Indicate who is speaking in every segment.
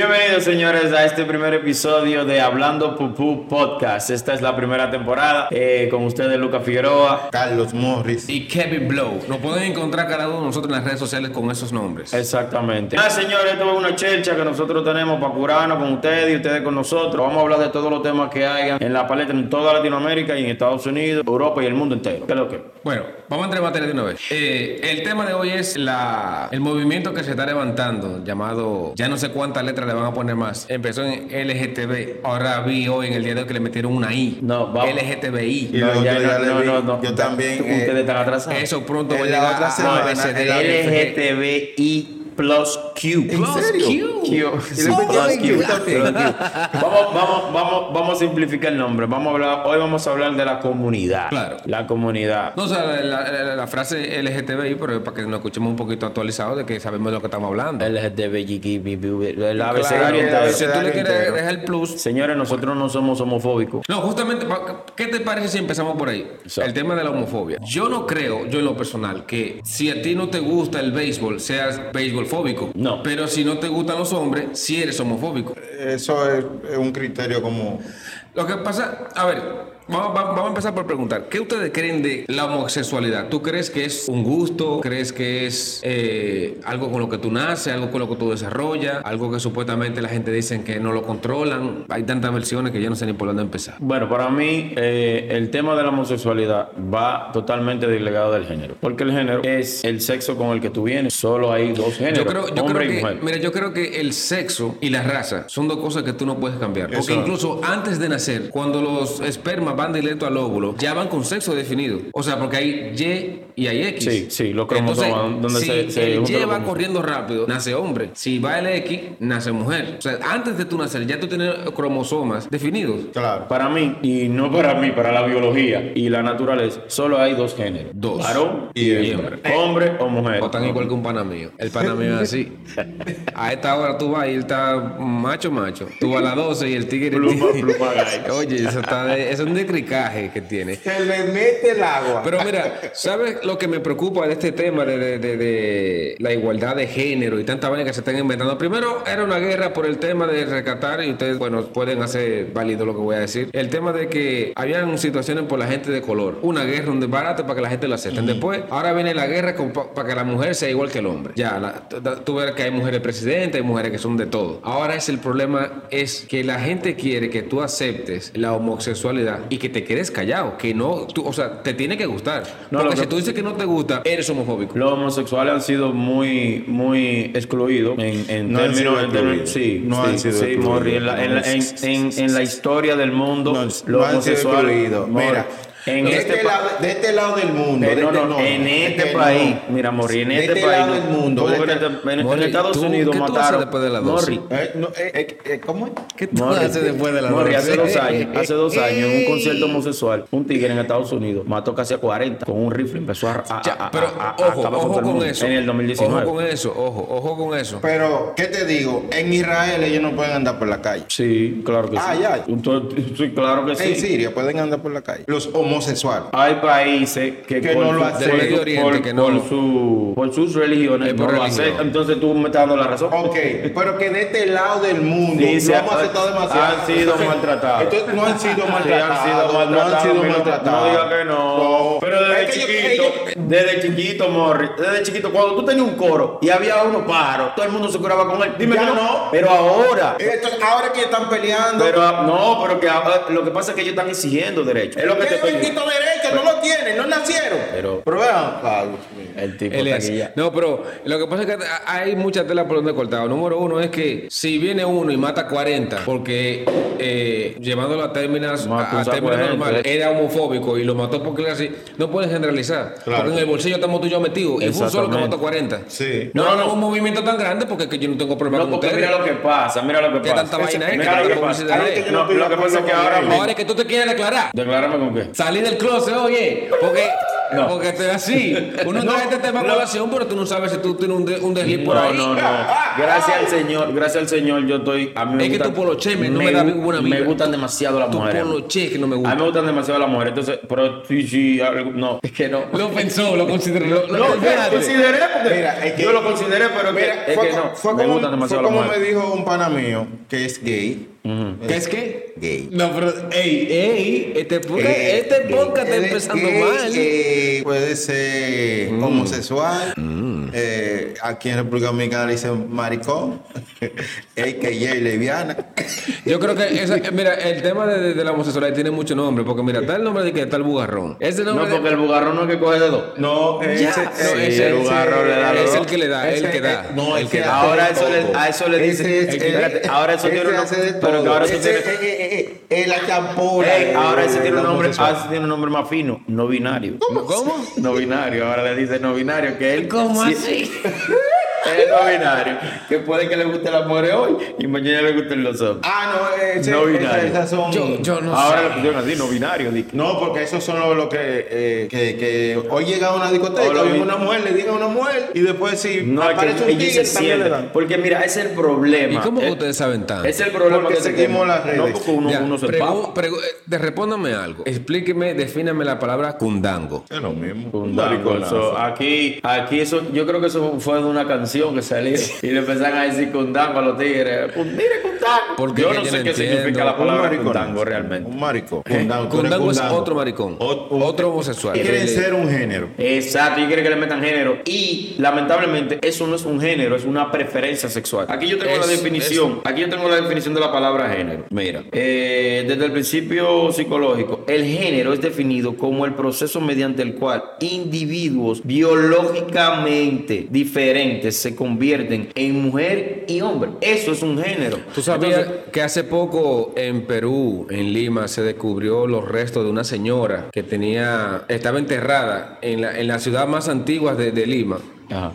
Speaker 1: Bienvenidos señores a este primer episodio de Hablando Pupú Podcast. Esta es la primera temporada. Eh, con ustedes Luca Figueroa.
Speaker 2: Carlos Morris.
Speaker 3: y Kevin Blow. Nos pueden encontrar cada uno de nosotros en las redes sociales con esos nombres.
Speaker 1: Exactamente. Ah, señores, esto es una chercha que nosotros tenemos para curarnos con ustedes y ustedes con nosotros. Vamos a hablar de todos los temas que hayan en la paleta en toda Latinoamérica y en Estados Unidos, Europa y el mundo entero. ¿Qué es lo que?
Speaker 3: Bueno, vamos a entrar en materia de una vez. Eh, el tema de hoy es la, el movimiento que se está levantando, llamado, ya no sé cuántas letras le van a poner más. Empezó en LGTB, ahora vi hoy en el día de hoy que le metieron una I.
Speaker 1: No, vamos.
Speaker 3: LGTBI.
Speaker 2: Y
Speaker 1: No,
Speaker 2: los
Speaker 1: ya
Speaker 2: otros
Speaker 1: no,
Speaker 2: ya le
Speaker 1: no,
Speaker 2: vi.
Speaker 1: no, no.
Speaker 2: Yo también,
Speaker 1: Tú-
Speaker 2: eh,
Speaker 1: Ustedes están atrasados.
Speaker 3: Eso pronto va a
Speaker 2: En la
Speaker 3: llegar
Speaker 2: otra
Speaker 3: a- a
Speaker 2: semana,
Speaker 3: ABCD,
Speaker 2: en la
Speaker 3: ABCD.
Speaker 1: LGTBI plus Q.
Speaker 2: ¿En serio?
Speaker 1: Q. Sí,
Speaker 2: le metieron
Speaker 1: plus
Speaker 2: en
Speaker 1: Q.
Speaker 2: Q también.
Speaker 1: Plus Q. Vamos, vamos, vamos, vamos a simplificar el nombre. Vamos a hablar, hoy vamos a hablar de la comunidad.
Speaker 3: Claro.
Speaker 1: La comunidad.
Speaker 3: No, o sea, la, la- la- la frase LGTBI, pero para que nos escuchemos un poquito actualizados de que sabemos de lo que estamos hablando.
Speaker 1: LGTBIQ, el
Speaker 3: Claro,
Speaker 1: abecedario entero.
Speaker 3: si tú le quieres
Speaker 2: entero.
Speaker 3: dejar el plus,
Speaker 1: Señores, nosotros no somos homofóbicos.
Speaker 3: No, justamente, pa- ¿qué te parece si empezamos por ahí?
Speaker 1: Exacto.
Speaker 3: El tema de la homofobia. Yo no creo, yo en lo personal, que si a ti no te gusta el béisbol, seas béisbol fóbico.
Speaker 1: No.
Speaker 3: Pero si no te gustan los hombres, si eres homofóbico.
Speaker 2: Eso es, es un criterio como...
Speaker 3: Lo que pasa, a ver, vamos, vamos- vamos a empezar por preguntar, ¿qué ustedes creen de la homosexualidad? ¿Tú crees que es un gusto? ¿Crees que es eh, algo con lo que tú naces, algo con lo que tú desarrollas, algo que supuestamente la gente dice que no lo controlan? Hay tantas versiones que yo no sé ni por dónde empezar.
Speaker 1: Bueno, para mí eh, el tema de la homosexualidad va totalmente desligado del género. Porque el género es el sexo con el que tú vienes. Solo hay dos géneros,
Speaker 3: Yo creo, yo
Speaker 1: hombre
Speaker 3: creo
Speaker 1: y
Speaker 3: que,
Speaker 1: mujer.
Speaker 3: mira, yo creo que el sexo y la raza son dos cosas que tú no puedes cambiar. Porque
Speaker 2: Eso.
Speaker 3: incluso antes de nacer, cuando los espermas van directo al óvulo, ya van con sexo definido. O sea, porque hay Y y hay X.
Speaker 1: Sí, sí, los cromosomas,
Speaker 3: Entonces,
Speaker 1: donde
Speaker 3: si
Speaker 1: se- se juntan
Speaker 3: el Y
Speaker 1: los
Speaker 3: va
Speaker 1: cromosomas.
Speaker 3: corriendo rápido, nace hombre. Si va el X, nace mujer. O sea, antes de tú nacer, ya tú tienes cromosomas definidos.
Speaker 2: Claro.
Speaker 1: Para mí, y no para mí, para la biología y la naturaleza, solo hay dos géneros.
Speaker 3: Dos.
Speaker 1: Varón y,
Speaker 2: Y
Speaker 1: hembra. Hombre o mujer.
Speaker 3: O tan igual que un pana mío. El pana mío es así. A esta hora tú vas y él está macho, macho. Tú vas a las 12 y el tigre.
Speaker 1: Pluma, pluma, gallo.
Speaker 3: Oye, eso, está de- eso es un decricaje que tiene.
Speaker 2: Se le mete el agua.
Speaker 3: Pero mira, ¿sabes lo que me preocupa de este tema de, de- de- de la igualdad de género y tanta vaina que se están inventando? Primero, era una guerra por el tema de rescatar, y ustedes, bueno, pueden hacer válido lo que voy a decir. El tema de que habían situaciones por la gente de color. Una guerra, un disparate para que la gente lo acepten. Después, ahora viene la guerra con- pa- para que la mujer sea igual que el hombre. Ya, la- t- t- tú ves que hay mujeres presidentes, hay mujeres que son de todo. Ahora es el problema es que la gente quiere que tú aceptes la homosexualidad y que te quedes callado, que no, tú, o sea, te tiene que gustar.
Speaker 1: No,
Speaker 3: Porque
Speaker 1: lo que-
Speaker 3: si tú dices que no te gusta, eres homofóbico.
Speaker 1: Los homosexuales han sido muy, muy excluidos en, en
Speaker 2: No han sido
Speaker 1: términos. en términos-
Speaker 2: excluidos.
Speaker 1: sí,
Speaker 2: No
Speaker 1: sí,
Speaker 2: han sido
Speaker 1: sí,
Speaker 2: excluidos.
Speaker 1: Morri, en, la, en, la- en- en- en la historia del mundo,
Speaker 2: No,
Speaker 1: los
Speaker 2: no han sido
Speaker 1: homosexuales.
Speaker 2: incluidos.
Speaker 1: Morri,
Speaker 2: Mira,
Speaker 1: en
Speaker 2: de,
Speaker 1: este
Speaker 2: este
Speaker 1: pa-
Speaker 2: lado, de este lado del mundo.
Speaker 1: eh,
Speaker 2: de
Speaker 1: no,
Speaker 2: este-
Speaker 1: no, en
Speaker 2: de
Speaker 1: este
Speaker 2: no.
Speaker 1: país, mira, Morri, en
Speaker 2: De
Speaker 1: este, país.
Speaker 2: lado del mundo.
Speaker 1: tú
Speaker 2: de
Speaker 1: ves
Speaker 2: este-
Speaker 1: que en- en,
Speaker 3: Morri,
Speaker 1: Estados
Speaker 3: ¿tú-
Speaker 1: Unidos
Speaker 3: qué tú haces
Speaker 1: mataron.
Speaker 3: después de las doce?
Speaker 1: Morri,
Speaker 2: Eh, no, eh, eh, eh, ¿Cómo es?
Speaker 3: ¿Qué tú
Speaker 1: Morri,
Speaker 3: haces después de la
Speaker 1: Morri, hace dos
Speaker 3: noche?
Speaker 1: años, hace dos años, en un concierto homosexual, un tigre en Estados Unidos mató casi a 40 con un rifle, empezó a, a-
Speaker 3: Ya,
Speaker 1: a- a-
Speaker 3: pero
Speaker 1: a- a
Speaker 3: ojo,
Speaker 1: acabar todo
Speaker 3: ojo
Speaker 1: el
Speaker 3: con
Speaker 1: mundo
Speaker 3: eso.
Speaker 1: ah, en el 2019.
Speaker 3: Ojo con eso, ojo, ojo con eso.
Speaker 2: Pero, ¿qué te digo? En Israel ellos no pueden andar por la calle.
Speaker 1: Sí, claro que
Speaker 2: Ah,
Speaker 1: sí.
Speaker 2: ya.
Speaker 1: Entonces, sí, claro que
Speaker 2: En
Speaker 1: sí.
Speaker 2: Siria pueden andar por la calle. Los homosexuales.
Speaker 1: Hay países que,
Speaker 2: Que no
Speaker 1: su-
Speaker 2: lo aceptan.
Speaker 1: por-
Speaker 3: Del Medio Oriente
Speaker 1: por-
Speaker 3: que no.
Speaker 1: por su- por sus religiones
Speaker 3: Es por
Speaker 1: no lo
Speaker 3: religión.
Speaker 1: aceptan. Entonces tú me estás dando la razón.
Speaker 2: Ok, pero que de este lado del mundo
Speaker 1: Sí, se
Speaker 2: no
Speaker 1: ha-
Speaker 2: hemos aceptado demasiado.
Speaker 1: han sido
Speaker 2: Entonces,
Speaker 1: maltratados.
Speaker 2: entonces, no han sido
Speaker 1: Sí,
Speaker 2: maltratados.
Speaker 1: han sido
Speaker 2: No han
Speaker 1: maltratados,
Speaker 2: sido
Speaker 1: mira,
Speaker 2: maltratados.
Speaker 1: No diga que no.
Speaker 2: No.
Speaker 1: Pero desde
Speaker 2: Es que yo-
Speaker 1: chiquito,
Speaker 2: ellos-
Speaker 1: desde chiquito, Morri, desde chiquito, cuando tú tenías un coro y había unos pájaros, todo el mundo se curaba con él. Dime
Speaker 2: Ya
Speaker 1: que no.
Speaker 2: no.
Speaker 1: Pero ahora,
Speaker 2: Esto, ahora que están peleando.
Speaker 1: pero ah, no, pero que ah, lo que pasa es que ellos están exigiendo derechos. Es lo que te
Speaker 2: ¿Qué
Speaker 1: estoy
Speaker 2: bendito derecho? No lo tienen, no nacieron.
Speaker 1: Pero-
Speaker 2: vean, ah, Dios mío.
Speaker 1: El tipo
Speaker 3: Él
Speaker 1: está
Speaker 3: es.
Speaker 1: aquí ya.
Speaker 3: No, pero lo que pasa es que ha- hay mucha tela por donde cortar. Número uno es que si viene uno y mata 40, porque eh, llevándolo a términos,
Speaker 1: Mata
Speaker 3: a,
Speaker 1: un
Speaker 3: a
Speaker 1: saco
Speaker 3: términos
Speaker 1: de gente.
Speaker 3: normales, era homofóbico y lo mató porque era así, no puedes generalizar.
Speaker 2: Claro.
Speaker 3: Porque en el bolsillo estamos tú y yo metidos. Y fue un solo que
Speaker 1: Exactamente.
Speaker 3: mató 40.
Speaker 2: Sí.
Speaker 3: No,
Speaker 1: No,
Speaker 3: no,
Speaker 1: no.
Speaker 3: es un movimiento tan grande porque es que yo no tengo problema
Speaker 1: No,
Speaker 3: con
Speaker 1: porque
Speaker 3: ustedes.
Speaker 1: mira lo que pasa, mira lo que
Speaker 3: ¿Qué
Speaker 1: pasa.
Speaker 3: tanta vaina es? ¿Qué
Speaker 1: Mira
Speaker 3: tanta
Speaker 1: lo que
Speaker 3: publicidad
Speaker 1: pasa.
Speaker 3: es?
Speaker 1: Ahora No, lo que pasa es que ahora
Speaker 3: Ahora es que tú te quieres declarar.
Speaker 1: Declárame con qué.
Speaker 3: Salí del closet, oye. Porque No. Porque esto es así. Uno trae este tema a colación, pero tú no sabes si tú tienes un, de- un desliz por
Speaker 1: No,
Speaker 3: ahí.
Speaker 1: no, no. Gracias al Señor, gracias al Señor, yo estoy. A mí me
Speaker 3: Es que
Speaker 1: gusta-
Speaker 3: tu poloche me- no me da
Speaker 1: gu-
Speaker 3: ninguna
Speaker 1: Me
Speaker 3: vibra.
Speaker 1: gustan demasiado las
Speaker 3: Tu
Speaker 1: mujeres.
Speaker 3: poloche que no me
Speaker 1: A
Speaker 3: gusta.
Speaker 1: mí me gustan demasiado las mujeres. Entonces, pero sí, sí, algo- no, es que no.
Speaker 3: Lo pensó, lo consideró. lo- lo-
Speaker 1: No, yo lo
Speaker 2: pues
Speaker 3: fíjate.
Speaker 1: consideré porque
Speaker 2: Mira, es que-
Speaker 1: yo lo consideré, pero es que-
Speaker 2: Mira,
Speaker 1: es
Speaker 2: fue,
Speaker 1: que
Speaker 2: co-
Speaker 1: no.
Speaker 2: fue
Speaker 1: me
Speaker 2: como,
Speaker 1: gustan demasiado
Speaker 2: fue
Speaker 1: las
Speaker 2: como me
Speaker 1: mujeres.
Speaker 2: dijo un pana mío que es gay.
Speaker 3: ¿Qué es qué?
Speaker 2: Gay.
Speaker 3: No, pero, ey, ey, este podcast,
Speaker 2: Eh,
Speaker 3: este
Speaker 2: gay.
Speaker 3: podcast está
Speaker 2: Él es
Speaker 3: empezando
Speaker 2: gay,
Speaker 3: mal.
Speaker 2: eh, puede ser homosexual. eh, aquí en República Dominicana le dicen maricón. AKA lesbiana.
Speaker 3: Yo creo que, esa- mira, el tema de, de- de la homosexualidad tiene mucho nombre, porque mira, está el nombre de que está el bugarrón. Ese
Speaker 1: No,
Speaker 3: nombre de-
Speaker 1: porque el bugarrón no es que coge de dos.
Speaker 2: No,
Speaker 3: Ya,
Speaker 2: ese,
Speaker 3: no,
Speaker 2: ese-
Speaker 3: ese-
Speaker 2: el bugarro le da
Speaker 3: ese-
Speaker 2: dolor.
Speaker 3: es el que le da, el que da,
Speaker 2: eh, no,
Speaker 3: el
Speaker 2: el
Speaker 3: que
Speaker 2: que
Speaker 3: da.
Speaker 1: Ahora eso le- a eso le
Speaker 2: dice
Speaker 1: dicen- espérate, ahora eso tiene un- pero que ahora eso tiene-
Speaker 2: la champura.
Speaker 3: Eh,
Speaker 1: Ey, ahora ese tiene un
Speaker 2: la
Speaker 1: nombre,
Speaker 2: homosexual.
Speaker 1: ahora ese tiene un nombre más fino, no binario.
Speaker 3: ¿Cómo?
Speaker 1: No binario, ahora le dice no binario, que él
Speaker 3: ¿Cómo
Speaker 1: sí,
Speaker 3: así?
Speaker 1: Es no binario, que puede que le guste las mujeres hoy y mañana le gusten los hombres.
Speaker 2: Ah, no, ese-
Speaker 1: No binario.
Speaker 2: esas- esas son-
Speaker 3: Yo, yo no
Speaker 1: ahora
Speaker 3: sé.
Speaker 1: le pusieron así, no binario. di-
Speaker 2: No, porque esos son los, los que, eh, que, que hoy llega a una discoteca,
Speaker 1: Ahora
Speaker 2: viene
Speaker 1: vi-
Speaker 2: una mujer, le diga a una mujer, y después si
Speaker 1: No, es que
Speaker 2: aparece un
Speaker 1: ellos se
Speaker 2: tigre también le
Speaker 1: sienten.
Speaker 2: dan.
Speaker 1: Porque mira, ese es el problema.
Speaker 3: ¿Y cómo que
Speaker 2: eh,
Speaker 1: Es-
Speaker 3: ustedes saben tanto?
Speaker 1: Es el problema
Speaker 2: Porque
Speaker 1: que
Speaker 2: seguimos
Speaker 1: tenemos.
Speaker 2: las redes.
Speaker 1: No, porque uno,
Speaker 3: Ya,
Speaker 1: uno se
Speaker 3: pregu-
Speaker 1: empapa.
Speaker 3: pregu- eh, de- respóndame algo. Explíqueme, defíname la palabra cundango.
Speaker 2: Es lo mismo.
Speaker 1: Un dango,
Speaker 2: mariconazo.
Speaker 1: eso, aquí, aquí eso, yo creo que eso fue de una canción que salió y le empezaron a decir cundango a los tigres. Pues, mire cundango.
Speaker 3: Porque
Speaker 1: yo
Speaker 3: que
Speaker 1: no
Speaker 3: yo
Speaker 1: sé
Speaker 3: no
Speaker 1: qué significa
Speaker 3: entiendo.
Speaker 1: la
Speaker 2: Un
Speaker 1: palabra
Speaker 2: mariconazo.
Speaker 1: cundango realmente. Eh,
Speaker 2: Un marico. Cundango, tú eres
Speaker 3: Cundango es
Speaker 2: cundango.
Speaker 3: otro maricón.
Speaker 2: Ot- un-
Speaker 3: otro homosexual.
Speaker 2: Quieren
Speaker 3: Eh,
Speaker 2: ser un género.
Speaker 1: Exacto, yo quiero que le metan género. Y lamentablemente eso no es un género, es una preferencia sexual. Aquí yo tengo la
Speaker 3: Es-
Speaker 1: definición. Aquí yo tengo la definición de la palabra género. Mira, eh, desde el principio psicológico, el género es definido como el proceso mediante el cual individuos biológicamente diferentes se convierten en mujer y hombre. Eso es un género.
Speaker 3: ¿Tú sabías
Speaker 1: Entonces,
Speaker 3: que hace poco en Perú, en Lima, se descubrió los restos de una señora que tenía, estaba enterrada en la, en la ciudad más antigua de, de Lima?
Speaker 1: Ajá.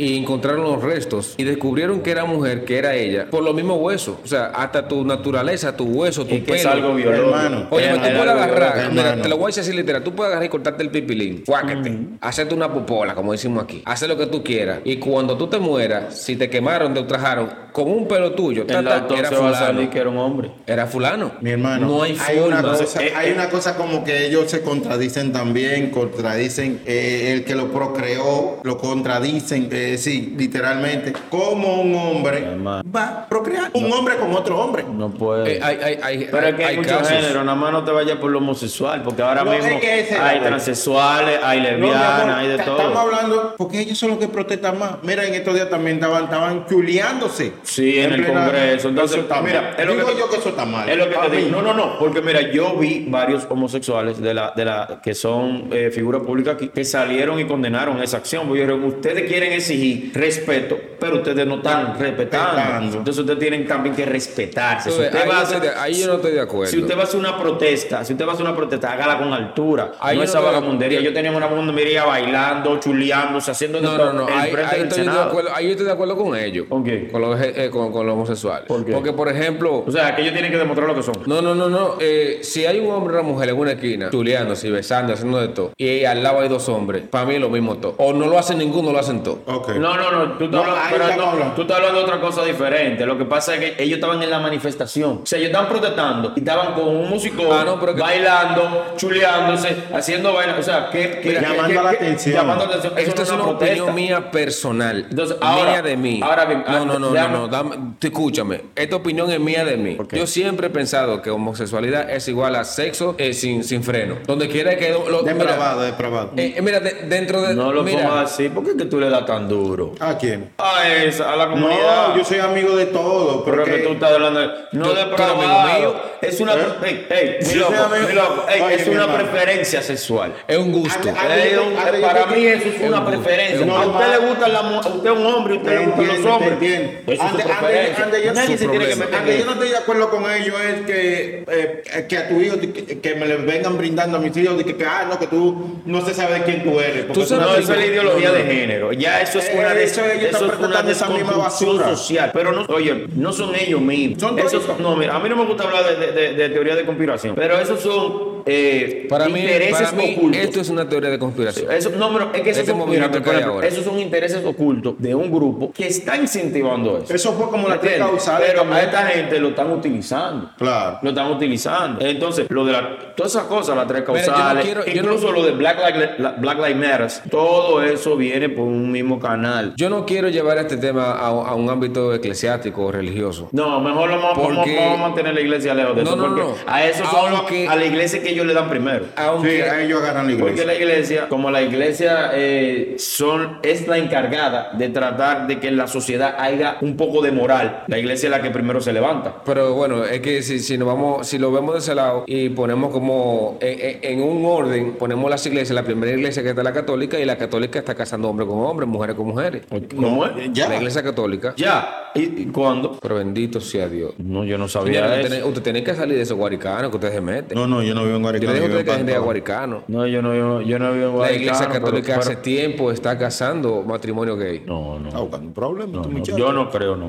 Speaker 3: Y encontraron los restos y descubrieron que era mujer, que era ella, por los mismos huesos. O sea, hasta tu naturaleza, tu hueso, tu
Speaker 1: Es que es
Speaker 3: pelo.
Speaker 1: algo biológico.
Speaker 2: Hermano.
Speaker 3: Oye,
Speaker 1: Es
Speaker 3: tú
Speaker 1: algo
Speaker 3: puedes agarrar,
Speaker 1: biológico.
Speaker 3: mira,
Speaker 2: hermano.
Speaker 3: te lo voy a decir así literal, tú puedes agarrar y cortarte el pipilín, fuáquete, hacerte una popola, como decimos aquí, hacer lo que tú quieras. Y cuando tú te mueras, si te quemaron, te ultrajaron, con un pelo tuyo, ta,
Speaker 1: En la
Speaker 3: ta, era
Speaker 1: autopsia va a salir
Speaker 3: fulano.
Speaker 1: que era un hombre.
Speaker 3: Era fulano.
Speaker 2: Mi hermano,
Speaker 3: No hay,
Speaker 2: hay
Speaker 3: forma.
Speaker 2: una cosa,
Speaker 1: Eh,
Speaker 2: hay
Speaker 1: eh.
Speaker 2: una cosa como que ellos se contradicen también, contradicen eh, el que lo procreó, lo contradicen, eh, sí, literalmente. Como un hombre
Speaker 1: Hermano.
Speaker 2: va a procrear un hombre con otro hombre.
Speaker 1: No puede.
Speaker 3: Eh, hay, hay, hay,
Speaker 1: Pero
Speaker 3: hay-
Speaker 1: es que hay,
Speaker 3: hay
Speaker 1: muchos géneros, nada más no te vayas por lo homosexual, porque ahora
Speaker 2: No, es
Speaker 1: mismo
Speaker 2: que ese-
Speaker 1: hay transexuales, hay
Speaker 2: No, mi
Speaker 1: lesbianas,
Speaker 2: amor,
Speaker 1: hay de
Speaker 2: ta- Estamos
Speaker 1: todo.
Speaker 2: hablando, porque ellos son los que protestan más. Mira, en estos días también estaban, estaban chuleándose.
Speaker 1: Sí, en el Congreso, entonces,
Speaker 2: Eso está
Speaker 1: mira,
Speaker 2: mal.
Speaker 1: es lo que
Speaker 2: digo
Speaker 1: te-
Speaker 2: yo que eso está mal.
Speaker 1: Es lo que
Speaker 2: Para
Speaker 1: te
Speaker 2: mí.
Speaker 1: digo. No, no, no. Porque mira, yo vi varios homosexuales de la, de la, que son eh, figuras públicas aquí, que salieron y condenaron esa acción. Porque dijeron, ustedes quieren exigir respeto, pero ustedes no están respetando.
Speaker 2: Respetando.
Speaker 1: Entonces ustedes tienen también que respetarse. Si
Speaker 3: Entonces,
Speaker 1: usted
Speaker 3: ahí
Speaker 1: va a
Speaker 3: yo estoy de-
Speaker 1: hacer-
Speaker 3: ahí yo no estoy de acuerdo.
Speaker 1: Si usted va a hacer una protesta, si usted va a hacer una protesta, hágala con altura.
Speaker 3: Ahí
Speaker 1: no
Speaker 3: yo
Speaker 1: esa
Speaker 3: no estoy de
Speaker 1: vagamundería.
Speaker 3: acuerdo.
Speaker 1: Yo tenía una vagabundería bailando, chuleándose, haciendo de
Speaker 3: No,
Speaker 1: todo
Speaker 3: no, no.
Speaker 1: en
Speaker 3: Ahí,
Speaker 1: frente
Speaker 3: ahí
Speaker 1: del
Speaker 3: estoy yo de
Speaker 1: Senado.
Speaker 3: acuerdo, ahí yo estoy de acuerdo con ellos.
Speaker 1: ¿Con quién?
Speaker 3: Con los, eh, con, con los homosexuales.
Speaker 1: ¿Por qué?
Speaker 3: Porque, por ejemplo,
Speaker 1: O sea, que ellos tienen que demostrar lo que son.
Speaker 3: No, no, no, no. Eh, si hay un hombre y una mujer en una esquina, chuleándose y besando, haciendo de todo, y al lado hay dos hombres, para mí es lo mismo todo. O no lo hacen ninguno, lo hacen todo.
Speaker 2: Ok.
Speaker 1: No, no, no, tú estás,
Speaker 2: No,
Speaker 1: hablando,
Speaker 2: ahí
Speaker 1: pero
Speaker 2: estamos
Speaker 1: no,
Speaker 2: hablando.
Speaker 1: tú estás hablando de otra cosa diferente. Lo que pasa es que ellos estaban en la manifestación. O sea, ellos estaban protestando y estaban con un músico
Speaker 3: Ah, no, pero que-
Speaker 1: bailando, chuleándose, haciendo baile. O sea, que, que-
Speaker 2: Llamando
Speaker 1: que-
Speaker 2: la
Speaker 1: que-
Speaker 2: atención.
Speaker 1: Llamando la atención. Eso
Speaker 3: Esto
Speaker 1: no
Speaker 3: es
Speaker 1: es una,
Speaker 3: una
Speaker 1: protesta.
Speaker 3: opinión mía personal.
Speaker 1: Entonces, ahora-
Speaker 3: mía de mí.
Speaker 1: ahora bien, ah,
Speaker 3: no, no, no,
Speaker 1: déjame-
Speaker 3: no, no, dame- te- escúchame. Esta opinión es mía de mí. Yo siempre he pensado que homosexualidad es igual a sexo eh, sin, sin freno. Donde quiera que lo. lo-
Speaker 2: Depravado,
Speaker 3: mira,
Speaker 2: depravado.
Speaker 3: eh, eh, mira, de- dentro de.
Speaker 1: No lo
Speaker 3: mira,
Speaker 1: pongas así, ¿por qué es que tú le das tan duro?
Speaker 2: ¿A quién?
Speaker 1: A esa, a la comunidad.
Speaker 2: No, yo soy amigo de todo.
Speaker 1: Pero que
Speaker 2: porque-
Speaker 1: tú estás hablando de. No
Speaker 3: Yo-
Speaker 1: de
Speaker 3: tú eres amigo
Speaker 1: probado.
Speaker 3: mío.
Speaker 1: Es una.
Speaker 2: ¿Eh?
Speaker 1: Ey, ey, mi
Speaker 2: Yo soy
Speaker 1: loco,
Speaker 2: amigo-
Speaker 1: mi loco, ey,
Speaker 2: Oye,
Speaker 1: es
Speaker 2: mi
Speaker 1: una
Speaker 2: hermano.
Speaker 1: preferencia sexual.
Speaker 3: Es un gusto.
Speaker 2: A- a-
Speaker 1: Es un-
Speaker 2: a- a-
Speaker 1: para
Speaker 2: yo-
Speaker 1: mí eso es
Speaker 3: es
Speaker 1: una
Speaker 3: un gusto.
Speaker 1: preferencia.
Speaker 2: Es
Speaker 1: a
Speaker 2: un-
Speaker 1: usted le gusta la mu- a usted es un hombre y a usted le gustan los
Speaker 2: Entiendo,
Speaker 1: hombres.
Speaker 2: entiendo.
Speaker 1: Eso es su
Speaker 2: Ande- ande-
Speaker 1: preferencia.
Speaker 2: ande, yo-
Speaker 1: Nadie
Speaker 3: su
Speaker 1: se tiene que
Speaker 3: problema.
Speaker 1: meter en
Speaker 2: Aunque yo no
Speaker 1: eso.
Speaker 2: estoy de acuerdo con ellos es que, eh, que a tu hijo que, que me le vengan brindando a mis hijos de que, que, ah no que tú no se sabe quién tú eres porque
Speaker 3: Tú sabes-
Speaker 1: No,
Speaker 3: no,
Speaker 1: eso es la
Speaker 3: no,
Speaker 1: ideología
Speaker 3: no,
Speaker 1: de
Speaker 3: no.
Speaker 1: género. Ya eso es
Speaker 2: Eh,
Speaker 1: una, des-
Speaker 2: eso ellos
Speaker 1: eso
Speaker 2: están
Speaker 1: es una
Speaker 2: respetando esa misma
Speaker 1: desconstrucción
Speaker 2: basura.
Speaker 1: social. Pero no, oye, no son ellos mismos.
Speaker 2: Son
Speaker 1: Esos-
Speaker 2: toditos.
Speaker 1: no, mira, a mí no me gusta hablar de, de- de- de teoría de conspiración. Pero esos son eh,
Speaker 3: Para mí,
Speaker 1: intereses
Speaker 3: para mí
Speaker 1: ocultos.
Speaker 3: esto es una teoría de conspiración.
Speaker 1: Eso- no, pero es que esos
Speaker 3: Este
Speaker 1: son,
Speaker 3: movimiento
Speaker 1: mira,
Speaker 3: que hay
Speaker 1: espérate,
Speaker 3: ahora.
Speaker 1: esos son intereses ocultos de un grupo que está incentivando eso.
Speaker 2: Eso fue como la tres
Speaker 1: ¿Entiendes?
Speaker 2: causales
Speaker 1: Pero a
Speaker 2: también.
Speaker 1: esta gente lo están utilizando.
Speaker 2: Claro.
Speaker 1: Lo están utilizando. Entonces, lo de la, todas esas cosas, las tres
Speaker 3: Mira, yo no
Speaker 1: causales,
Speaker 3: quiero- yo no-
Speaker 1: incluso lo de Black Lives la- Black Lives Matter, todo eso viene por un mismo canal.
Speaker 3: Yo no quiero llevar este tema a, a un ámbito eclesiástico o religioso.
Speaker 1: No, mejor lo vamos,
Speaker 3: Porque-
Speaker 1: vamos- vamos a mantener la iglesia lejos de
Speaker 3: No,
Speaker 1: eso,
Speaker 3: no,
Speaker 1: porque
Speaker 3: no.
Speaker 1: a eso son los-
Speaker 3: Aunque-
Speaker 1: a la iglesia que ellos le dan primero.
Speaker 3: Aunque,
Speaker 2: Sí, a ellos agarran la
Speaker 1: Porque
Speaker 2: iglesia.
Speaker 1: la iglesia, como la iglesia eh, son, es la encargada de tratar de que en la sociedad haya un poco de moral, la iglesia es la que primero se levanta.
Speaker 3: Pero bueno, es que si, si, nos vamos, si lo vemos de ese lado y ponemos como en, en- en un orden, ponemos las iglesias, la primera iglesia que está la católica y la católica está casando hombre con hombre, mujeres con mujeres.
Speaker 1: ¿Cómo es?
Speaker 2: Ya.
Speaker 3: La iglesia católica.
Speaker 1: Ya. ¿Y, y cuándo?
Speaker 3: Pero bendito sea Dios.
Speaker 1: No, yo no
Speaker 3: Señores,
Speaker 1: sabía
Speaker 3: usted,
Speaker 1: eso.
Speaker 3: tiene- usted tiene que salir de esos guaricanos que ustedes se meten.
Speaker 2: No, no, yo no vivo en
Speaker 3: Yo
Speaker 2: Guaricano.
Speaker 3: le digo a ustedes que
Speaker 2: vivo
Speaker 3: hay
Speaker 2: en
Speaker 3: gente de
Speaker 2: Pantón.
Speaker 3: guaricano.
Speaker 1: No, yo no, yo, yo no vivo en
Speaker 3: La
Speaker 1: Guadalajara,
Speaker 3: iglesia
Speaker 1: pero-
Speaker 3: católica
Speaker 1: pero-
Speaker 3: hace tiempo está casando matrimonio gay.
Speaker 1: No, no.
Speaker 2: Está buscando un problema,
Speaker 1: no,
Speaker 2: este
Speaker 1: no,
Speaker 2: muchacho.
Speaker 1: yo no creo, no.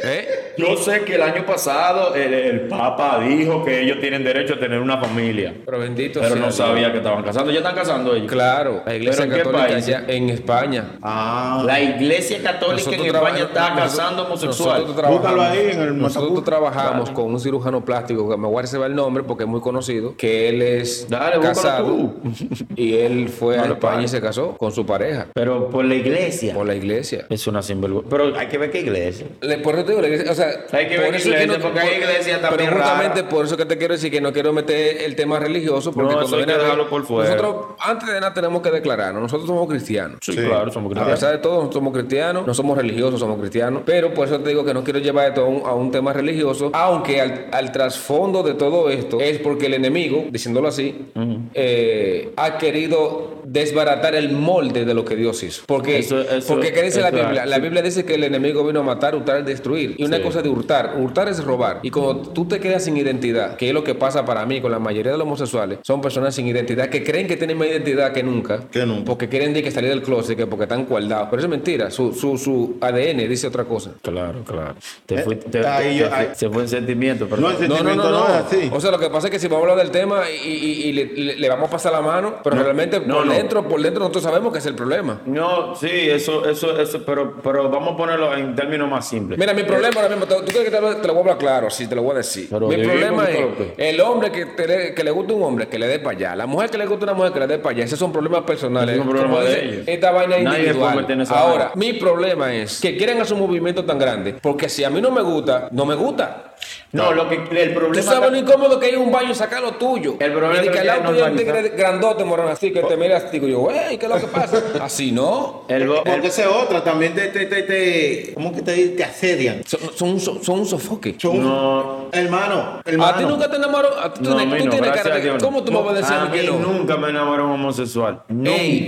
Speaker 3: ¿Eh?
Speaker 1: Yo sé que el año pasado el, el Papa dijo que ellos tienen derecho a tener una familia,
Speaker 3: Pero bendito
Speaker 1: pero
Speaker 3: sea
Speaker 1: no
Speaker 3: Dios.
Speaker 1: sabía que estaban casando. Ya están casando ellos.
Speaker 3: Claro, la iglesia
Speaker 1: ¿Pero en qué
Speaker 3: católica
Speaker 1: país?
Speaker 3: allá en España.
Speaker 2: Ah,
Speaker 1: La iglesia católica en
Speaker 3: traba-
Speaker 1: España está
Speaker 3: nosotros-
Speaker 1: casando
Speaker 3: nosotros
Speaker 1: homosexuales.
Speaker 3: trabajamos-
Speaker 2: Búscalo ahí en el
Speaker 3: Nosotros
Speaker 2: Mazacuco.
Speaker 3: trabajamos con un cirujano plástico, que me guarde se va el nombre porque es muy conocido, que él es
Speaker 1: Dale, búscalo
Speaker 3: casado y él fue
Speaker 1: No
Speaker 3: a
Speaker 1: le
Speaker 3: España y
Speaker 1: pares.
Speaker 3: se casó con su pareja,
Speaker 1: Pero por la iglesia.
Speaker 3: por la iglesia.
Speaker 1: Es una sinvergüenza. Pero hay que ver qué iglesia.
Speaker 3: Le- Por eso te digo, la iglesia, o sea,
Speaker 1: Hay que ver
Speaker 3: por
Speaker 1: qué
Speaker 3: eso es
Speaker 1: iglesia, porque hay iglesias también
Speaker 3: Pero justamente
Speaker 1: raras.
Speaker 3: por eso que te quiero decir que no quiero meter el tema religioso, porque
Speaker 1: No,
Speaker 3: cuando
Speaker 1: eso hay
Speaker 3: viene
Speaker 1: que
Speaker 3: a ver-
Speaker 1: dejarlo por fuera.
Speaker 3: Nosotros, antes de nada, tenemos que declararnos. Nosotros somos cristianos.
Speaker 1: Sí,
Speaker 2: Sí.
Speaker 1: claro, somos
Speaker 3: A
Speaker 1: cristianos.
Speaker 3: pesar de todo, nosotros somos cristianos, no somos religiosos, somos cristianos. Pero por eso te digo que no quiero llevar esto a un, a un tema religioso, aunque al, al trasfondo de todo esto es porque el enemigo, diciéndolo así, eh, ha querido desbaratar el molde de lo que Dios hizo. Porque,
Speaker 1: Eso- eso-
Speaker 3: porque ¿qué dice la
Speaker 1: eso
Speaker 3: Biblia?
Speaker 1: es,
Speaker 3: La
Speaker 1: sí.
Speaker 3: Biblia dice que el enemigo vino a matar, hurtar, destruir. Y una
Speaker 1: Sí.
Speaker 3: cosa de hurtar, hurtar es robar. Y cuando tú te quedas sin identidad, que es lo que pasa para mí con la mayoría de los homosexuales, son personas sin identidad que creen que tienen más identidad que nunca.
Speaker 2: Que nunca.
Speaker 3: Porque quieren decir que salir del closet, que porque están guardados. Pero eso es mentira. Su, su, su ADN dice otra cosa.
Speaker 1: Claro, claro. Te
Speaker 2: Eh,
Speaker 1: fui- te-
Speaker 2: ahí
Speaker 1: te-
Speaker 2: yo-
Speaker 1: te-
Speaker 2: ahí.
Speaker 1: Se fue el sentimiento, pero.
Speaker 2: No, el sentimiento no, es así.
Speaker 3: O sea, lo que pasa es que si vamos a hablar del tema y, y- y le, le- le vamos a pasar la mano, pero realmente
Speaker 1: no,
Speaker 3: por
Speaker 1: no.
Speaker 3: dentro, por dentro nosotros sabemos que es el problema.
Speaker 1: No, sí, eso, eso, eso, pero, pero vamos a ponerlo en términos más simples.
Speaker 3: Mira, mi problema ahora mismo, te- tú crees que te lo, te lo voy a hablar claro, sí, te lo voy a decir.
Speaker 1: Pero
Speaker 3: mi
Speaker 1: dime,
Speaker 3: problema es
Speaker 1: doctor.
Speaker 3: el hombre que, te le- que le gusta un hombre, que le dé para allá. La mujer que le gusta una mujer, que le dé para allá. Esos son problemas personales.
Speaker 1: Ese es un problema
Speaker 3: Como
Speaker 1: de
Speaker 3: dice,
Speaker 1: ellos.
Speaker 3: Esta vaina es
Speaker 1: Nadie puede
Speaker 3: individual.
Speaker 1: meter en esa
Speaker 3: Ahora,
Speaker 1: vaina.
Speaker 3: mi problema es que quieren hacer un movimiento tan grande, porque si a mí no me gusta, no me gusta.
Speaker 1: no, lo que el
Speaker 3: Tú
Speaker 1: problema.
Speaker 3: sabes lo incómodo que hay en un baño y sacar lo tuyo.
Speaker 1: El problema
Speaker 3: Y de
Speaker 1: es
Speaker 3: que
Speaker 1: que
Speaker 3: al
Speaker 1: ya
Speaker 3: lado tuyo hay un
Speaker 1: normalizar. Oh.
Speaker 3: tigre grandote, morón, así, que te miras así, y yo, güey, ¿qué es lo que pasa? así no.
Speaker 1: el, bo- el-
Speaker 2: Porque esa es otra, también te, te, te, te- ¿cómo que te, dice? te asedian?
Speaker 3: Son, son, un so- son un sofoque.
Speaker 2: Son-
Speaker 1: No.
Speaker 2: Hermano,
Speaker 3: Ah, A ti
Speaker 2: hermano.
Speaker 3: nunca te enamoró. a ti- tú
Speaker 1: No, a
Speaker 3: tienes-
Speaker 1: mí
Speaker 3: tú
Speaker 1: no,
Speaker 3: tienes
Speaker 1: gracias
Speaker 3: cara
Speaker 1: a
Speaker 3: de-
Speaker 1: Dios.
Speaker 3: ¿Cómo tú me vas a decir
Speaker 1: a
Speaker 3: a mí que
Speaker 1: mí
Speaker 3: no?
Speaker 1: nunca me enamoré de un homosexual.
Speaker 3: Ey,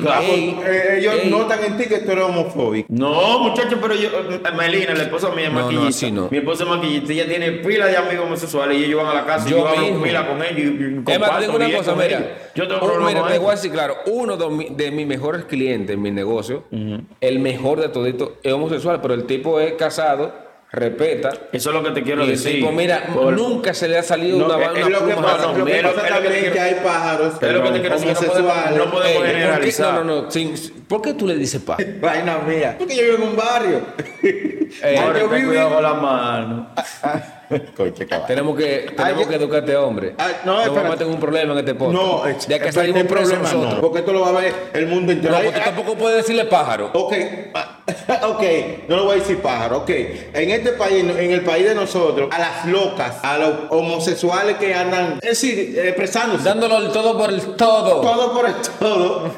Speaker 1: nunca.
Speaker 3: ey.
Speaker 2: Eh, ellos
Speaker 3: Ey.
Speaker 2: notan en ti que tú eres homofóbico.
Speaker 1: No, muchachos, pero yo, eh, Melina, la esposa mía es
Speaker 3: No, no,
Speaker 1: maquillista.
Speaker 3: así no.
Speaker 1: Mi esposa es maquillista, ella tiene pila de amigos homosexuales y ellos van a la casa y
Speaker 3: Yo
Speaker 1: yo hablo
Speaker 3: mismo.
Speaker 1: pila con ellos. y- y
Speaker 3: Es más, te digo
Speaker 1: comparto
Speaker 3: una
Speaker 1: bien
Speaker 3: cosa,
Speaker 1: con ellos.
Speaker 3: mira.
Speaker 1: Yo tengo
Speaker 3: un-
Speaker 1: problemas
Speaker 3: mira,
Speaker 1: con
Speaker 3: te voy a
Speaker 1: eso.
Speaker 3: decir, claro, uno de, mi- de mis mejores clientes en mi negocio, el mejor de todito, es homosexual, pero el tipo es casado, respeta.
Speaker 1: Eso es lo que te quiero
Speaker 3: y el
Speaker 1: decir.
Speaker 3: tipo, mira,
Speaker 1: Por-
Speaker 3: nunca se le ha salido
Speaker 1: No,
Speaker 3: una,
Speaker 1: es-
Speaker 3: una
Speaker 2: Es lo que
Speaker 3: pluma.
Speaker 2: pasa,
Speaker 1: no,
Speaker 2: lo que
Speaker 1: mira,
Speaker 2: pasa
Speaker 1: es lo que
Speaker 2: también
Speaker 1: te
Speaker 2: es que
Speaker 1: quiero-
Speaker 2: hay pájaros
Speaker 1: es lo que te quiero decir, no podemos-
Speaker 2: homosexuales.
Speaker 1: no podemos-
Speaker 3: Ey, Eh, ¿por qué?
Speaker 1: generalizar.
Speaker 3: No, no, no. sin- ¿Por qué tú le dices pa?
Speaker 2: Vaina mía. Porque yo vivo en un barrio.
Speaker 3: eh,
Speaker 1: Ahora,
Speaker 2: yo
Speaker 1: ten
Speaker 2: viví-
Speaker 1: cuidado con la mano.
Speaker 2: Coche, caballo.
Speaker 3: Tenemos que,
Speaker 1: Ah,
Speaker 3: tenemos
Speaker 2: yo-
Speaker 3: que educarte, hombre.
Speaker 2: Ah, no,
Speaker 3: no vamos
Speaker 2: espérate.
Speaker 3: a tener un problema en este podcast.
Speaker 2: No, es-
Speaker 3: ya que
Speaker 2: espérate,
Speaker 3: salimos
Speaker 2: el
Speaker 3: presos
Speaker 2: problema
Speaker 3: nosotros.
Speaker 2: no, porque esto lo va a ver el mundo entero.
Speaker 3: No,
Speaker 2: Ay,
Speaker 3: pues
Speaker 1: eh,
Speaker 3: tú
Speaker 2: ay,
Speaker 3: tampoco puedes decirle pájaro.
Speaker 2: Ok, ah, ok, no lo voy a decir pájaro, ok. En este país, en el país de nosotros, a las locas, a los homosexuales que andan, es decir, expresándose,
Speaker 3: Dándolo el todo por el todo.
Speaker 2: todo por el todo,